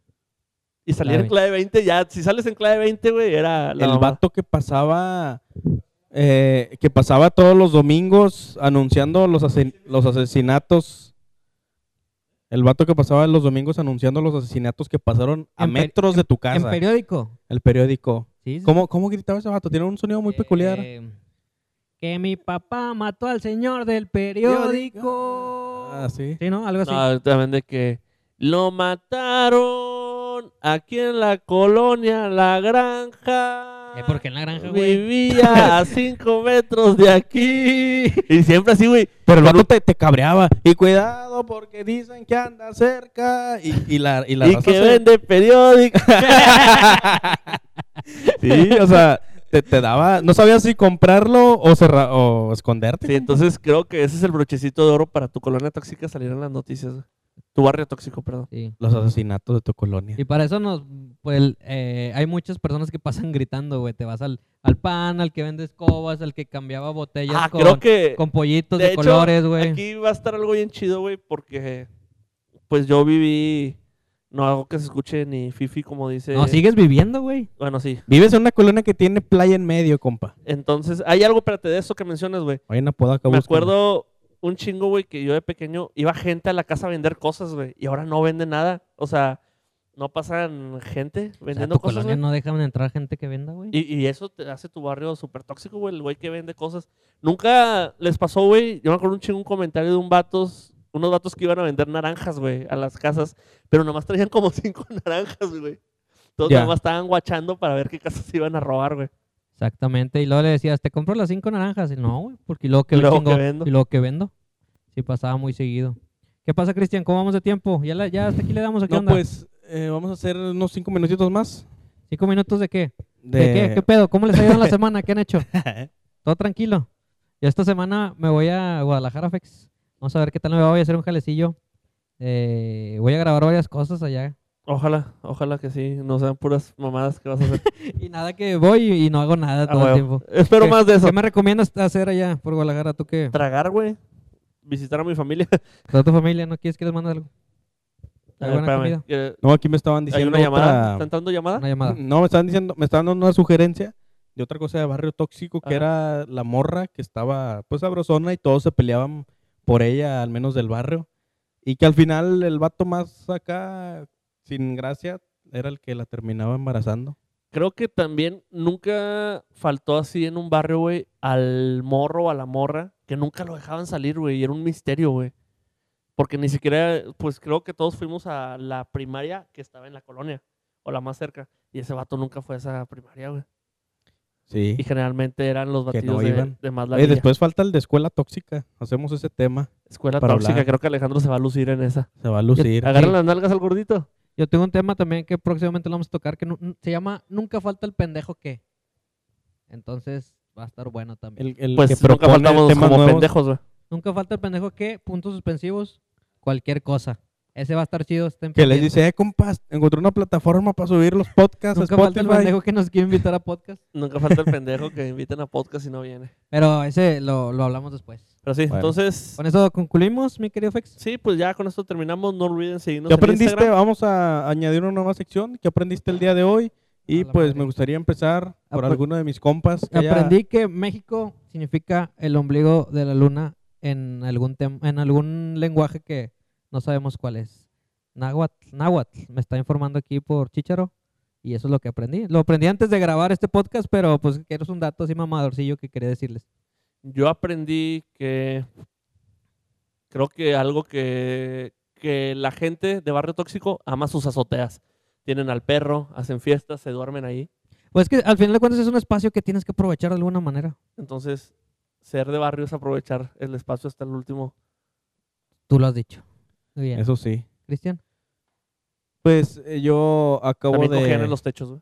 Y salir
Clave.
en Clave 20, ya, si sales en Clave 20, güey, era la
el
mamada.
vato que pasaba eh, que pasaba todos los domingos anunciando los, asesin- los asesinatos el vato que pasaba los domingos anunciando los asesinatos que pasaron a
En peri-
metros de tu
En
casa
periódico.
el periódico
Sí, sí.
¿Cómo, cómo gritaba ese vato tiene un sonido muy peculiar
Eh, que mi papá mató al señor del periódico.
ah sí
Sí, ¿no? Algo así.
No, también de que lo mataron aquí en la colonia La Granja.
Eh, porque en la granja, güey.
Vivía [laughs] a cinco metros de aquí. [laughs] Y siempre así, güey.
pero el vato te, te cabreaba y cuidado porque dicen que anda cerca y, y la y la
Y
raza
que
se-
vende [laughs] periódicos.
[laughs] sí o sea te, te daba no sabías si comprarlo o cerra- o esconderte
Sí, entonces creo que ese es el brochecito de oro para tu colonia tóxica salir en las noticias. güey. Tu barrio tóxico, perdón.
Sí.
Los asesinatos de tu colonia.
Y para eso nos, pues, el- eh, hay muchas personas que pasan gritando, güey. Te vas al, al pan, al que vende escobas, al que cambiaba botellas
Ah,
con,
creo que
con pollitos de,
de hecho,
colores, güey.
aquí va a estar algo bien chido, güey, porque pues yo viví No hago que se escuche ni Fifi como dice.
No, sigues viviendo, güey.
Bueno, sí.
Vives en una colonia que tiene playa en medio, compa.
Entonces, hay algo, espérate, de eso que mencionas, güey.
Vayan a Podaca,
Me
búsquenlo.
acuerdo un chingo, güey, que yo de pequeño iba gente a la casa a vender cosas, güey. Y ahora no venden nada. O sea, no pasan gente
O sea,
vendiendo
tu
cosas.
colonia
güey.
no dejan entrar gente que venda, güey.
Y, y eso te hace tu barrio súper tóxico, güey, el güey que vende cosas. Nunca les pasó, güey. Yo me acuerdo un chingo un comentario de un vatos, unos vatos que iban a vender naranjas, güey, a las casas, pero nomás traían como [laughs] cinco naranjas, güey. Todos
Ya.
nomás estaban guachando para ver qué casas iban a robar, güey.
Exactamente. Y luego le decías, te compro las cinco naranjas. Y no, güey, porque y luego que,
[laughs] Y luego
chingo-
que vendo.
Y luego que vendo. Sí, pasaba muy seguido. ¿Qué pasa, Cristian? ¿Cómo vamos de tiempo? Ya, la- ya hasta aquí le damos. ¿a ¿Qué
No,
onda?
pues eh, vamos a hacer unos cinco minutitos más.
¿Cinco minutos de qué? ¿De qué? ¿Qué pedo? ¿Cómo les ha ido en la semana? ¿Qué han
[laughs]
hecho? Todo tranquilo. Yo esta semana me voy a Guadalajara, Fex. Vamos a ver qué tal me va. Voy a hacer un jalecillo. Eh, voy a grabar varias cosas allá. [laughs]
Ojalá, ojalá que sí, no sean puras mamadas que vas a
[laughs]
hacer.
Y nada que voy y no hago nada
Ah,
todo el
huevo.
tiempo.
Espero
¿Qué-
más de eso.
¿Qué me recomiendas hacer allá por Guadalajara? ¿Tú qué?
Tragar, güey. Visitar a
[laughs]
mi familia.
¿Toda tu familia? ¿No quieres que les mande algo?
A
¿Alguna
ver, espérame.
comida?
Eh,
No, aquí me estaban
¿Hay
diciendo
una llamada? ¿Está
otra-
entrando llamada?
Una llamada.
No, me estaban diciendo, me estaban dando una sugerencia de otra cosa de barrio tóxico que
Ajá.
era la morra que estaba pues sabrosona y todos se peleaban por ella, al menos del barrio. Y que al final el vato más acá, sin gracia, era el que la terminaba embarazando.
Creo que también nunca faltó así en un barrio, güey, al morro o a la morra, que nunca lo dejaban salir, güey, y era un misterio, güey. Porque ni siquiera, pues creo que todos fuimos a la primaria que estaba en la colonia, o la más cerca, y ese vato nunca fue a esa primaria, güey.
Sí.
Y generalmente eran los
Que no
batidos de,
iban.
de más la
Oye, después falta el de escuela tóxica. Hacemos ese tema.
Escuela
para
tóxica,
hablar.
creo que Alejandro se va a lucir en esa.
Se va a lucir.
Agarran
Sí.
las nalgas al gordito.
Yo tengo un tema también que próximamente lo vamos a tocar que nu- n- se llama Nunca falta el pendejo que. Entonces va a estar bueno también.
El, el
Pues
que
nunca
propone
faltamos
temas
como
nuevos.
pendejos, güey.
Nunca falta el pendejo que, puntos suspensivos, cualquier cosa. Ese va a estar chido. estén
Que les
pendientes.
dice, eh, compas, encontré una plataforma para subir los podcasts. a
Nunca falta el
Spotify".
pendejo que nos quiere invitar a podcast.
Nunca falta el pendejo que inviten a podcast y no viene.
Pero ese lo, lo hablamos después.
Pero sí,
Bueno.
entonces...
Con eso concluimos, mi querido Fex.
Sí, pues ya con esto terminamos. No olviden seguirnos
¿Qué
en
aprendiste?
Instagram.
Vamos a añadir una nueva sección. ¿Qué aprendiste el día de hoy? Y
A la
pues
madre.
me gustaría empezar por
Apre-
alguno de mis compas. que haya-
Aprendí que México significa el ombligo de la luna en algún tem- en algún lenguaje que no sabemos cuál es. Náhuatl, náhuatl, me está informando aquí por Chicharo y eso es lo que aprendí. Lo aprendí antes de grabar este podcast, pero pues que eres un dato así mamadorcillo que quería decirles.
Yo aprendí que creo que algo que, que la gente de Barrio Tóxico ama sus azoteas. Tienen al perro, hacen fiestas, se duermen ahí.
Pues que al final de cuentas es un espacio que tienes que aprovechar de alguna manera.
Entonces, ser de barrio es aprovechar el espacio hasta el último.
Tú lo has dicho. Muy bien.
Eso sí.
Cristian,
Pues eh, yo acabo
También
de...
cogían en los techos, güey.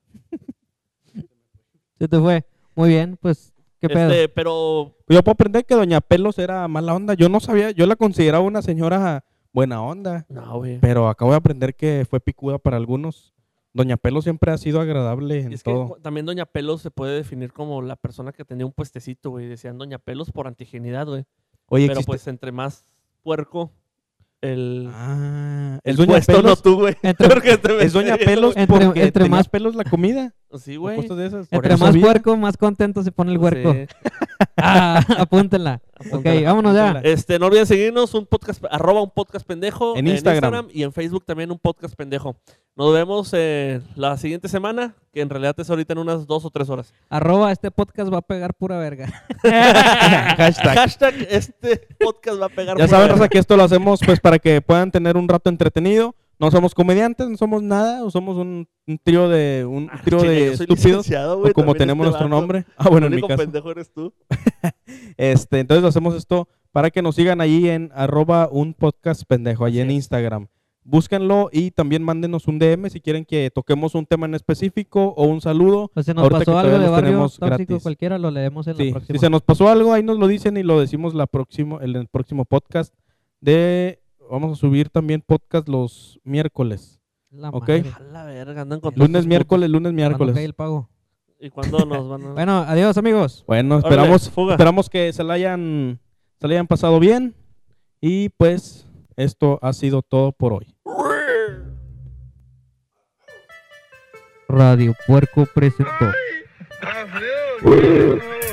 se te fue. Muy bien, pues qué
[laughs]
pedo.
Este, pero
Yo puedo aprender que Doña Pelos era mala onda. Yo no sabía, yo la consideraba una señora buena onda.
no, güey.
Pero acabo de aprender que fue picuda para algunos. Doña Pelos siempre ha sido agradable en
Es que pues,
todo.
cu- también Doña Pelos se puede definir como la persona que tenía un puestecito, güey. Decían Doña Pelos por antigenidad, güey.
Oye,
Pero
existe-
pues entre más puerco, el,
Ah,
el
es Doña
puesto no
Pelos.
tú, güey. [laughs]
Entre-
Porque te
Es Doña
[laughs] metí-
Pelos
Entre-
porque
entre
tenía
más-
pelos la comida.
Sí,
o
güey.
cosas de esas.
Por
Entre
eso
más
vi.
puerco, más contento se pone el huerco.
Sí.
Ah, [laughs] apúntenla. Ok,
Apúntala,
vámonos ya.
apúntala.
Este, no olviden seguirnos, un podcast, arroba un podcast pendejo
En Instagram.
y en Facebook también un podcast pendejo. Nos vemos eh, la siguiente semana, que en realidad es ahorita en unas dos o tres horas.
Arroba, este podcast va a pegar pura verga.
[laughs]
[laughs]
Hashtag.
Hashtag este podcast va a pegar.
Ya
pura
saben,
verga.
Rosa, que esto lo hacemos pues para que puedan tener un rato entretenido. No somos comediantes, no somos nada, o somos un, un trío de un
Ah,
trío
chinga,
de
yo soy
estúpidos,
licenciado,
o
güey,
como
también
tenemos
este
nuestro
vato.
nombre. Ah, bueno,
el
en mi
único
caso.
pendejo eres tú.
Este, entonces hacemos esto para que nos sigan ahí en arroba un podcast pendejo, ahí
Así
en
es.
Instagram. Búsquenlo y también mándenos un DM si quieren que toquemos un tema en específico o un saludo.
O sea, nos
Ahorita que
pasó algo
todavía
de
los
barrio
tenemos
tóxico
gratis.
cualquiera, lo leemos en
Sí,
la
Si
próxima.
se nos pasó algo, ahí nos lo dicen y lo decimos la próximo, en el próximo podcast de... Vamos a subir también podcast los miércoles.
La
ok.
madre.
A la verga, andan con todos
Lunes,
sus
miércoles, lunes,
Cuando
miércoles.
caiga el pago.
putos. ¿Y cuándo nos van a.?
Bueno, adiós amigos.
Bueno,
Órale,
esperamos,
fuga.
esperamos que se la hayan, se la hayan pasado bien. Y pues, esto ha sido todo por hoy.
Radio Puerco presentó.
Está feo.